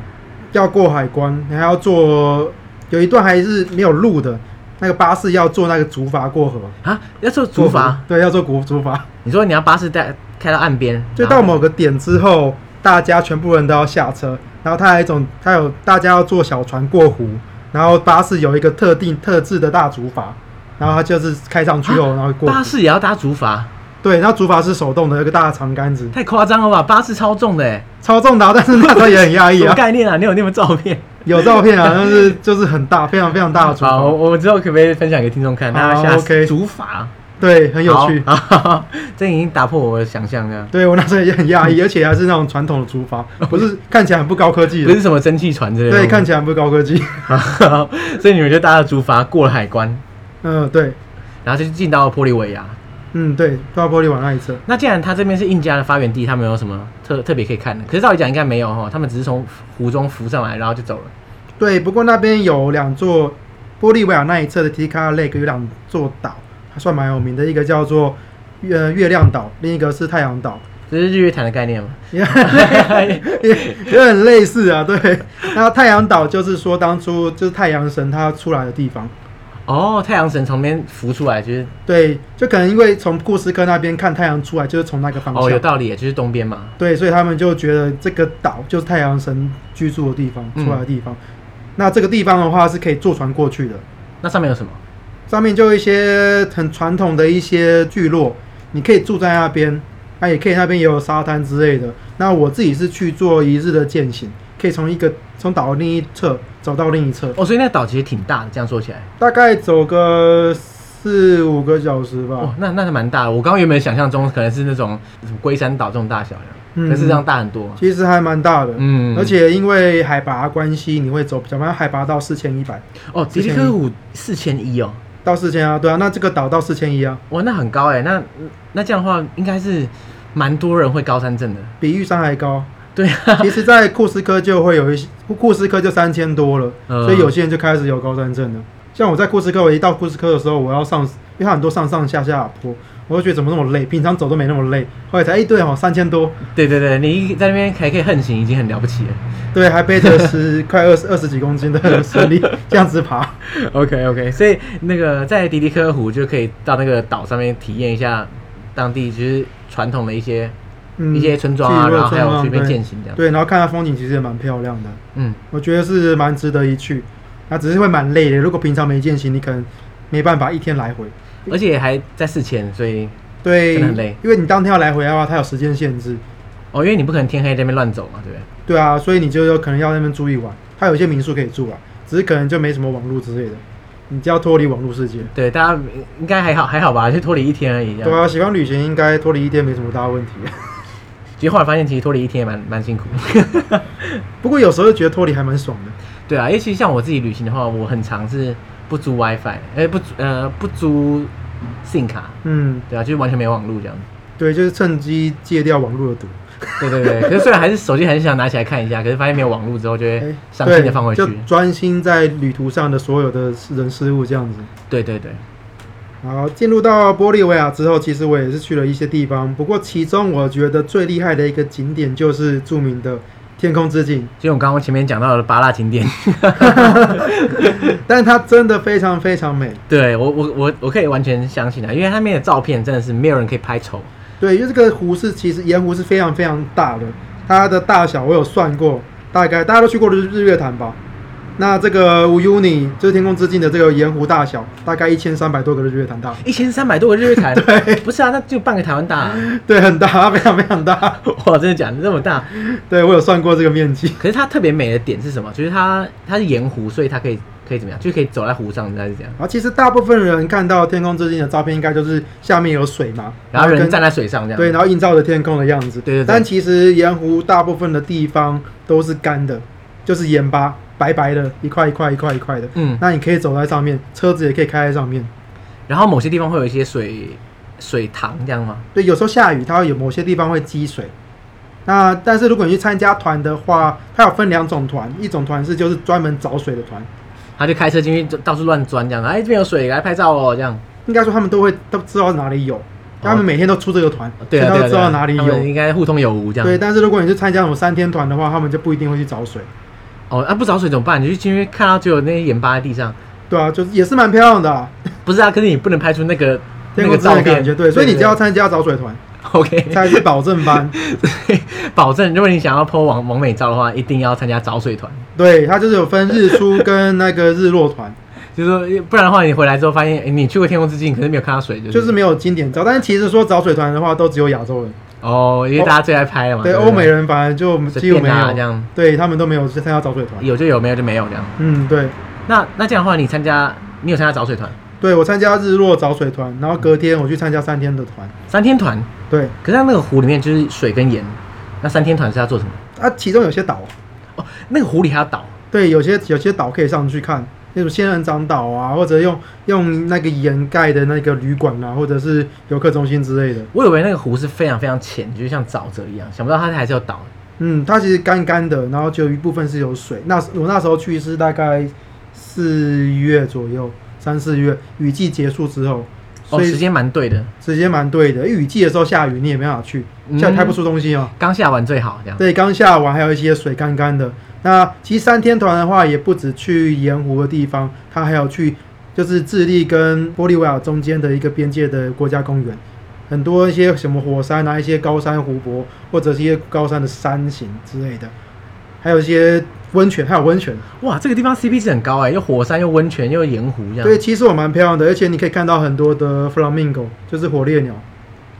S2: 要过海关，你还要坐，有一段还是没有路的，那个巴士要坐那个竹筏过河。
S1: 啊，要做竹
S2: 过
S1: 筏
S2: 河。对，要坐竹竹筏，
S1: 你说你要巴士带开到岸边，
S2: 就
S1: 然
S2: 到
S1: 后
S2: 某个点之后，大家全部人都要下车，然后它还有一种，它有大家要坐小船过湖，然后巴士有一个特定特制的大竹筏，然后它就是开上去后，然后过
S1: 啊巴
S2: 湖。
S1: 士也要搭竹筏，
S2: 对，然后竹筏是手动的，有一个大的长杆子，
S1: 太夸张了吧？巴士超重的哎，
S2: 超重的啊，但是那时候也很压抑
S1: 什么
S2: 啊，
S1: 概念啊？你有那么照片？
S2: 有照片啊，但是就是很大，非常非常大的竹
S1: 好，
S2: 筏，
S1: 我我之后可不可以分享给听众看？
S2: 好
S1: 大家下
S2: OK
S1: 竹筏
S2: 对，很有趣。
S1: 好好好这已经打破我的想象了。
S2: 对我那时候也很讶异，而且还是那种传统的竹 筏，不是看起来很不高科技
S1: 不
S2: 的
S1: 是，什么蒸汽船之类的，
S2: 对，看起来很不高科技。
S1: 好， 所以你们就搭了竹筏过了海关，
S2: 嗯，对，
S1: 然后就进到了玻利维亚。
S2: 嗯，对，到玻利瓦那一侧，
S1: 那既然它这边是印加的发源地，它没有什么特特别可以看的。可是照理讲应该没有哈，他们只是从湖中浮上来，然后就走了。
S2: 对。不过那边有两座玻利维亚那一侧的提卡 Lake 有两座岛，还算蛮有名的，一个叫做呃月亮岛，另一个是太阳岛，
S1: 这是日月潭的概念 嘛？
S2: 也也也很类似啊。对，那太阳岛就是说当初呃就是太阳神他出来的地方。
S1: 哦，太阳神从那边浮出来，就是
S2: 对，就可能因为从库斯科那边看太阳出来，就是从那个方向。
S1: 哦，有道理耶，就是东边嘛。
S2: 对，所以他们就觉得这个岛就是太阳神居住的地方，
S1: 嗯
S2: 出来的地方。那这个地方的话是可以坐船过去的，
S1: 那上面有什么？
S2: 上面就有一些很传统的一些聚落，你可以住在那边，那、也可以那边也有沙滩之类的。那我自己是去做一日的践行，可以从一个从岛的另一侧走到另一侧，
S1: 哦，所以那岛其实挺大的，这样说起来，
S2: 大概走个四五个小时吧。
S1: 哦，那那是蛮大的。我刚刚原本想象中可能是那种什么龟山岛这种大小的，
S2: 嗯
S1: 可是这样大很多啊。
S2: 其实还蛮大的。
S1: 嗯，
S2: 而且因为海拔关系，你会走比较慢，海拔到四千一百
S1: 哦，迪迪科五四千一哦，
S2: 到四千啊，对啊，那这个岛到四千一啊，
S1: 哇，那很高哎，那那这样的话，应该是蛮多人会高山症的。
S2: 比玉山还高。
S1: 对啊，
S2: 其实，在库斯科就会有一些，库斯科就三千多了，
S1: 嗯
S2: 所以有些人就开始有高山症了。像我在库斯科，我一到库斯科的时候，我要上，因为它很多上上下下的坡，我就觉得怎么那么累，平常走都没那么累，后来才哎、对哦，三千多，
S1: 对对对，你一在那边还可以横行，已经很了不起了。
S2: 对，还背着十快二十二十几公 斤的行李这样子爬，
S1: OK OK，所以那个在迪迪科湖就可以到那个岛上面体验一下当地就是传统的一些、
S2: 嗯，
S1: 一些村庄啊，
S2: 自己
S1: 然后
S2: 的
S1: 还有随
S2: 村
S1: 便
S2: 庄
S1: 践行这样。
S2: 对，对，然后看它风景其实也蛮漂亮的，
S1: 嗯，
S2: 我觉得是蛮值得一去，那只是会蛮累的，如果平常没践行，你可能没办法一天来回。
S1: 而且还在四千，所以
S2: 对
S1: 真的很累，
S2: 因为你当天要来回的话，它有时间限制。
S1: 哦，因为你不可能天黑在那边乱走嘛，对不对？
S2: 对啊，所以你就有可能要在那边住一晚。它有一些民宿可以住啊，只是可能就没什么网络之类的，你就要脱离网络世界。
S1: 对，大家应该还好还好吧， 就脱离一天而已。这
S2: 对
S1: 样。
S2: 啊，喜欢旅行应该脱离一天没什么大问题。
S1: 其实后来发现，其实脱离一天也蛮蛮辛苦。
S2: 不过有时候觉得脱离还蛮爽的。
S1: 对啊，因为其实像我自己旅行的话，我很常是不租 WiFi，哎，不租呃不租 SIM 卡，
S2: 嗯，
S1: 对啊，就是完全没网路这样。
S2: 对，就是趁机戒掉网络的毒。
S1: 对对对，可是虽然还是手机很想拿起来看一下，可是发现没有网络之后，就会
S2: 哎
S1: 伤心的放回去
S2: 对。就专心在旅途上的所有的人事物这样子。
S1: 对对对，
S2: 好，进入到玻利维亚之后，其实我也是去了一些地方，不过其中我觉得最厉害的一个景点就是著名的天空之镜，
S1: 就我刚刚前面讲到的八大景点，
S2: 但是它真的非常非常美。
S1: 对我我我我可以完全相信啊，因为他们的照片真的是没有人可以拍丑。
S2: 对，因为这个湖是其实盐湖是非常非常大的，它的大小我有算过，大概大家都去过日日月潭吧。那这个 Uyuni 就是天空之镜的这个盐湖大小，大概一千三百多个日月潭大，
S1: 一千三百多个日月 潭，不是啊，那就半个台湾大、啊。
S2: 对，很大，它非常非常大。
S1: 哇，真的假的这么大？
S2: 对我有算过这个面积，
S1: 可是它特别美的点是什么？就是它它是盐湖，所以它可以可以怎么样？就可以走在湖上，还是这样？
S2: 然后其实大部分人看到天空之镜的照片，应该就是下面有水嘛，
S1: 然后人
S2: 跟
S1: 站在水上这样。
S2: 对，然后映照着天空的样子。
S1: 对对对
S2: 但其实盐湖大部分的地方都是干的，就是盐巴，白白的，一块一块一块一块的。
S1: 嗯，
S2: 那你可以走在上面，车子也可以开在上面。
S1: 然后某些地方会有一些水水塘这样吗？
S2: 对，有时候下雨，它会有某些地方会积水。那但是如果你去参加团的话，它有分两种团，一种团是就是专门找水的团，
S1: 他就开车进去就到处乱钻这样，哎，这边有水，来拍照哦，这样。
S2: 应该说他们都会都知道哪里有，他们每天都出这个团，
S1: 哦对啊，
S2: 所
S1: 对啊，
S2: 以他们知
S1: 对啊
S2: 道哪里
S1: 他
S2: 有。
S1: 们应该互通有无这样。
S2: 对，但是如果你去参加什么三天团的话，他们就不一定会去找水。
S1: 哦，啊，不找水怎么办？你就进去看到只有那些盐巴在地上，
S2: 对啊，就是也是蛮漂亮的、啊。
S1: 不是啊？可是你不能拍出那个那
S2: 天
S1: 个
S2: 空之
S1: 照
S2: 的
S1: 片，
S2: 感觉，对，所以你就要参加找水团
S1: OK，
S2: 才是保证班。
S1: 保证如果你想要 po 王王美照的话，一定要参加找水团，
S2: 对，它就是有分日出跟那个日落团，
S1: 就是说不然的话，你回来之后发现、诶哎你去过天空之镜，可是没有看到 水，就是、
S2: 就是没有经典照。但是其实说找水团的话，都只有亚洲人，
S1: 哦，因为大家最爱拍了嘛，
S2: 对，
S1: 不
S2: 欧美人反而就
S1: 随
S2: 几乎没
S1: 便啊这
S2: 有，
S1: 样，
S2: 对他们都没有去参加找水团。
S1: 有就有，没有就没有这样。
S2: 嗯，对，
S1: 那那这样的话，你参加你有参加找水团
S2: 对我参加日落找水团，然后隔天我去参加三天的团。
S1: 三天团，
S2: 对，
S1: 可是它那个湖里面就是水跟盐，那三天团是要做什么？
S2: 啊，其中有些岛，
S1: 哦，那个湖里还要岛，
S2: 对，有些有些岛可以上去看，那种仙人掌岛啊，或者用用那个掩盖的那个旅馆啊，或者是游客中心之类的。
S1: 我以为那个湖是非常非常浅，就是像沼泽一样，想不到它还是有岛。
S2: 嗯，它其实干干的，然后就有一部分是有水。那时我那时候去是大概四月左右，三四月雨季结束之后，
S1: 哦，
S2: 所
S1: 时
S2: 以
S1: 间蛮对的，
S2: 时间蛮对的。因为雨季的时候下雨，你也没办法去，
S1: 嗯
S2: 下雨拍不出东西哦。
S1: 刚下完最好这样。
S2: 对，刚下完还有一些水干干的。那其实三天团的话，也不止去盐湖的地方，它还有去就是智利跟玻利维亚中间的一个边界的国家公园，很多一些什么火山啊，一些高山湖泊，或者是一些高山的山形之类的，还有一些温泉，还有温泉。
S1: 哇，这个地方 CP 值很高哎，又火山又温泉又盐湖这样。
S2: 对，，其实我蛮漂亮的，而且你可以看到很多的 flamingo，就是火烈鸟，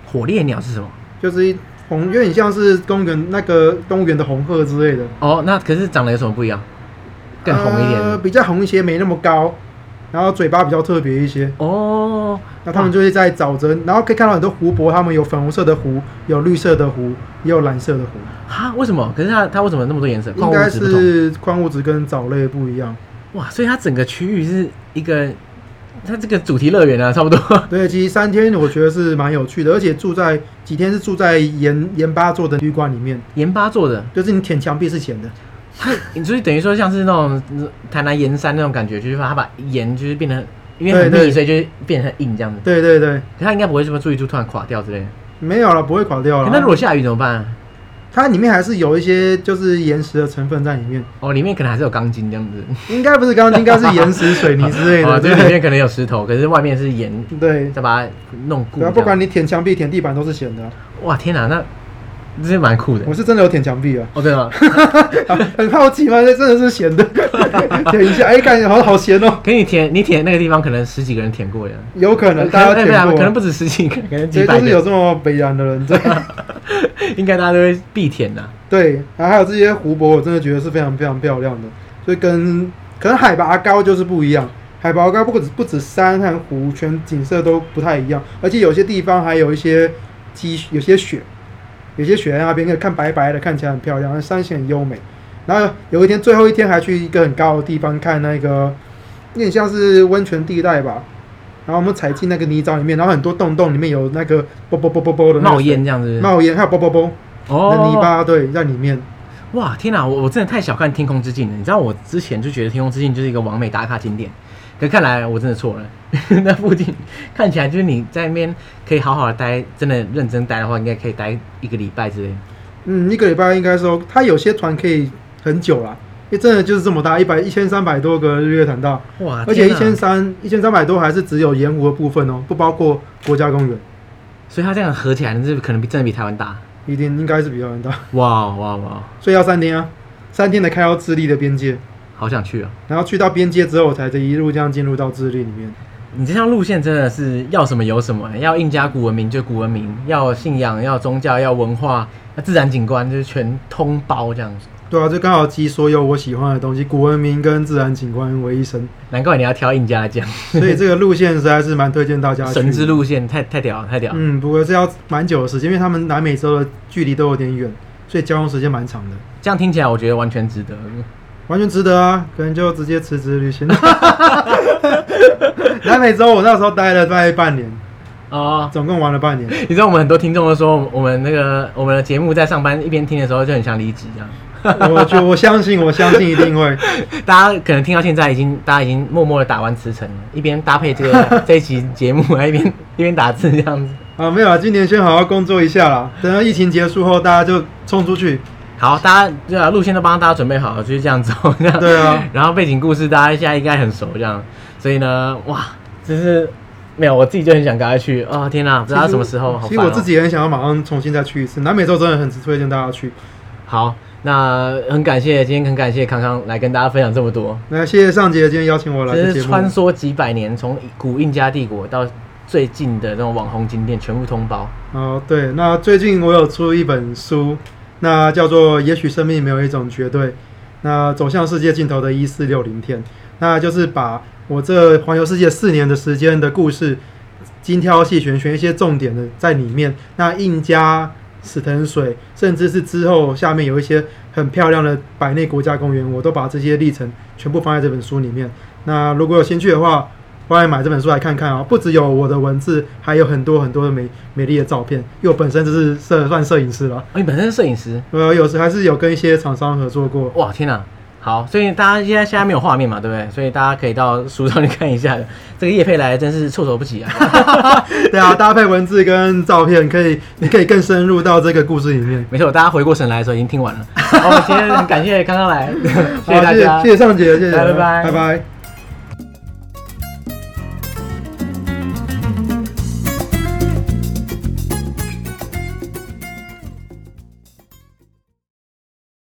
S1: 火烈鸟是什么？
S2: 就是一红，有点像是公园那个动物园的红鹤之类的。呃
S1: 哦，那可是长得有什么不一样？更红一点。
S2: 呃比较红一些，没那么高，然后嘴巴比较特别一些。
S1: 哦，
S2: 那他们就会在沼
S1: 啊
S2: 泽，然后可以看到很多湖泊，他们有粉红色的湖，有绿色的湖，也有蓝色的湖。
S1: 哈，为什么？可是它它为什么有那么多颜色？嗯矿
S2: 应
S1: 物
S2: 该
S1: 质不同。
S2: 是矿物质跟藻类不一样。
S1: 哇，所以它整个区域是一个，它这个主题乐园啊，差不多。
S2: 对，其实三天我觉得是蛮有趣的，而且住在几天是住在盐盐巴做的旅馆里面，
S1: 盐巴做的，
S2: 就是你舔墙壁是咸的。
S1: 它你就是等于说像是那种嗯台南盐山那种感觉，就是把它把盐就是变得因为很
S2: 对
S1: 密，
S2: 对
S1: 所以就变得很硬这样子。
S2: 对对对，
S1: 可它应该不会什么住一住突然垮掉之类的。
S2: 没有了，不会垮掉
S1: 可
S2: 了。
S1: 那如果下雨怎么办、
S2: 它里面还是有一些就是岩石的成分在里面，
S1: 哦，里面可能还是有钢筋这样子。
S2: 应该不是钢筋，应该是岩石、水泥之 类
S1: 哦，
S2: 的。
S1: 就是里面可能有石头，可是外面是盐，
S2: 对，
S1: 再把它弄固
S2: 对
S1: 这
S2: 啊，
S1: 样。
S2: 不管你舔墙壁、舔地板都是咸的啊、
S1: 哇，天哪、那这是蛮酷的
S2: 我。是真的有舔墙壁啊。
S1: 哦，对了，
S2: 啊很好奇吗？这真的是咸的， 舔一下，哎、感觉好好咸哦，
S1: 可是你舔你舔那个地方，可能十几个人舔过呀。
S2: 有可
S1: 哎
S2: 能大家
S1: 可能
S2: 舔过，
S1: 可能不止十几个，可能
S2: 所
S1: 几
S2: 以
S1: 百
S2: 就是有
S1: 个，
S2: 这么北洋的人在。
S1: 应该大家都会必舔呐、
S2: 对，然后还有这些湖泊，我真的觉得是非常非常漂亮的，所以跟可能海拔高就是不一样。海拔高不止不止山和湖，全景色都不太一样，而且有些地方还有一些积，有些雪，有些雪在那边可以看白白的，看起来很漂亮，山形很优美。然后有一天最后一天还去一个很高的地方看那个，有点像是温泉地带吧。然后我们踩进那个泥沼里面，然后很多洞洞里面有那个啵啵啵啵啵的那个
S1: 冒烟这样子。哦
S2: 冒烟，还有啵啵啵的泥巴，对，在里面。
S1: 哇，天哪、我我真的太小看天空之境了。你知道我之前就觉得天空之境就是一个完美打卡景点，可看来我真的错了。 那附近看起来就是你在那边可以好好的待，真的认真待的话，应该可以待一个礼拜之类。
S2: 嗯，一个礼拜应该说，它有些团可以很久啦，因为真的就是这么大，一百一千三百多个日月潭大，
S1: 哇，
S2: 而且一
S1: 啊天哪
S2: 千三一千三百多还是只有盐湖的部分哦，不包括国家公园，
S1: 所以它这样合起来，是可能比真的比台湾大。
S2: 一定应该是比较远大，
S1: 哇哦哇哇，
S2: 所以要三天啊，三天的开到智利的边界，
S1: 好想去啊！
S2: 然后去到边界之后，才一路这样进入到智利里面。
S1: 你这条路线真的是要什么有什么、要印加古文明就古文明，要信仰要宗教要文化，要自然景观就是全通包这样子。
S2: 对啊，就刚好集所有我喜欢的东西，古文明跟自然景观为一身，
S1: 难怪你要挑印加来讲，
S2: 所以这个路线实在是蛮推荐大家去。
S1: 神之路线太太屌了，太屌了。
S2: 嗯，不过这要蛮久的时间，因为他们南美洲的距离都有点远，所以交通时间蛮长的，
S1: 这样听起来我觉得完全值得。
S2: 完全值得啊！可能就直接辞职旅行。 南美洲我那时候待了大概半年，
S1: 哦，
S2: 总共玩了半年。
S1: 你知道我们很多听众都说，我们那个我们的节目在上班一边听的时候就很想离职这样。
S2: 我就我相信，我相信一定会。
S1: 大家可能听到现在已经，大家已经默默的打完辞呈了，一边搭配这 个这一期节目，还一边一边打字这样子。
S2: 啊，没有啊，今年先好好工作一下啦。等到疫情结束后，大家就冲出去。
S1: 好，大家对啊，路线都帮大家准备好了，就是这样走。哦这样
S2: 对啊，
S1: 然后背景故事大家现在应该很熟，这样。所以呢，哇，真是没有，我自己就很想赶快去啊、天哪，不知道什么时候，好
S2: 其实我
S1: 烦哦
S2: 自己也很想要马上重新再去一次。南美洲真的很值推荐大家去。
S1: 好，那很感谢今天很感谢康康来跟大家分享这么多，
S2: 那谢谢尚杰今天邀请我来
S1: 这
S2: 这节
S1: 是
S2: 目。
S1: 穿梭几百年，从古印加帝国到最近的这种网红景点全部通包。
S2: 哦，对，那最近我有出一本书，那叫做《也许生命没有一种绝对》，那走向世界尽头的一四六零天，那就是把我这环游世界四年的时间的故事，精挑细选，选一些重点的在里面。那印加、死藤水，甚至是之后下面有一些很漂亮的百内国家公园，我都把这些历程全部放在这本书里面。那如果有兴趣的话，欢迎买这本书来看看啊、不只有我的文字，还有很多很多的美美丽的照片。因为我本身就是摄算摄影师了，
S1: 哦，你本身是摄影师，
S2: 我有时还是有跟一些厂商合作过。
S1: 哇，天哪！好，所以大家现在现在没有画面嘛，对不对？所以大家可以到书上去看一下。 这个叶佩来的真是措手不及啊！
S2: 对啊，搭配文字跟照片，可以你可以更深入到这个故事里面。
S1: 没错，大家回过神来的时 候已经听完了。好，我们今天很感谢刚刚来，谢谢大家，
S2: 好谢谢上姐，谢谢，
S1: 拜拜
S2: 拜拜。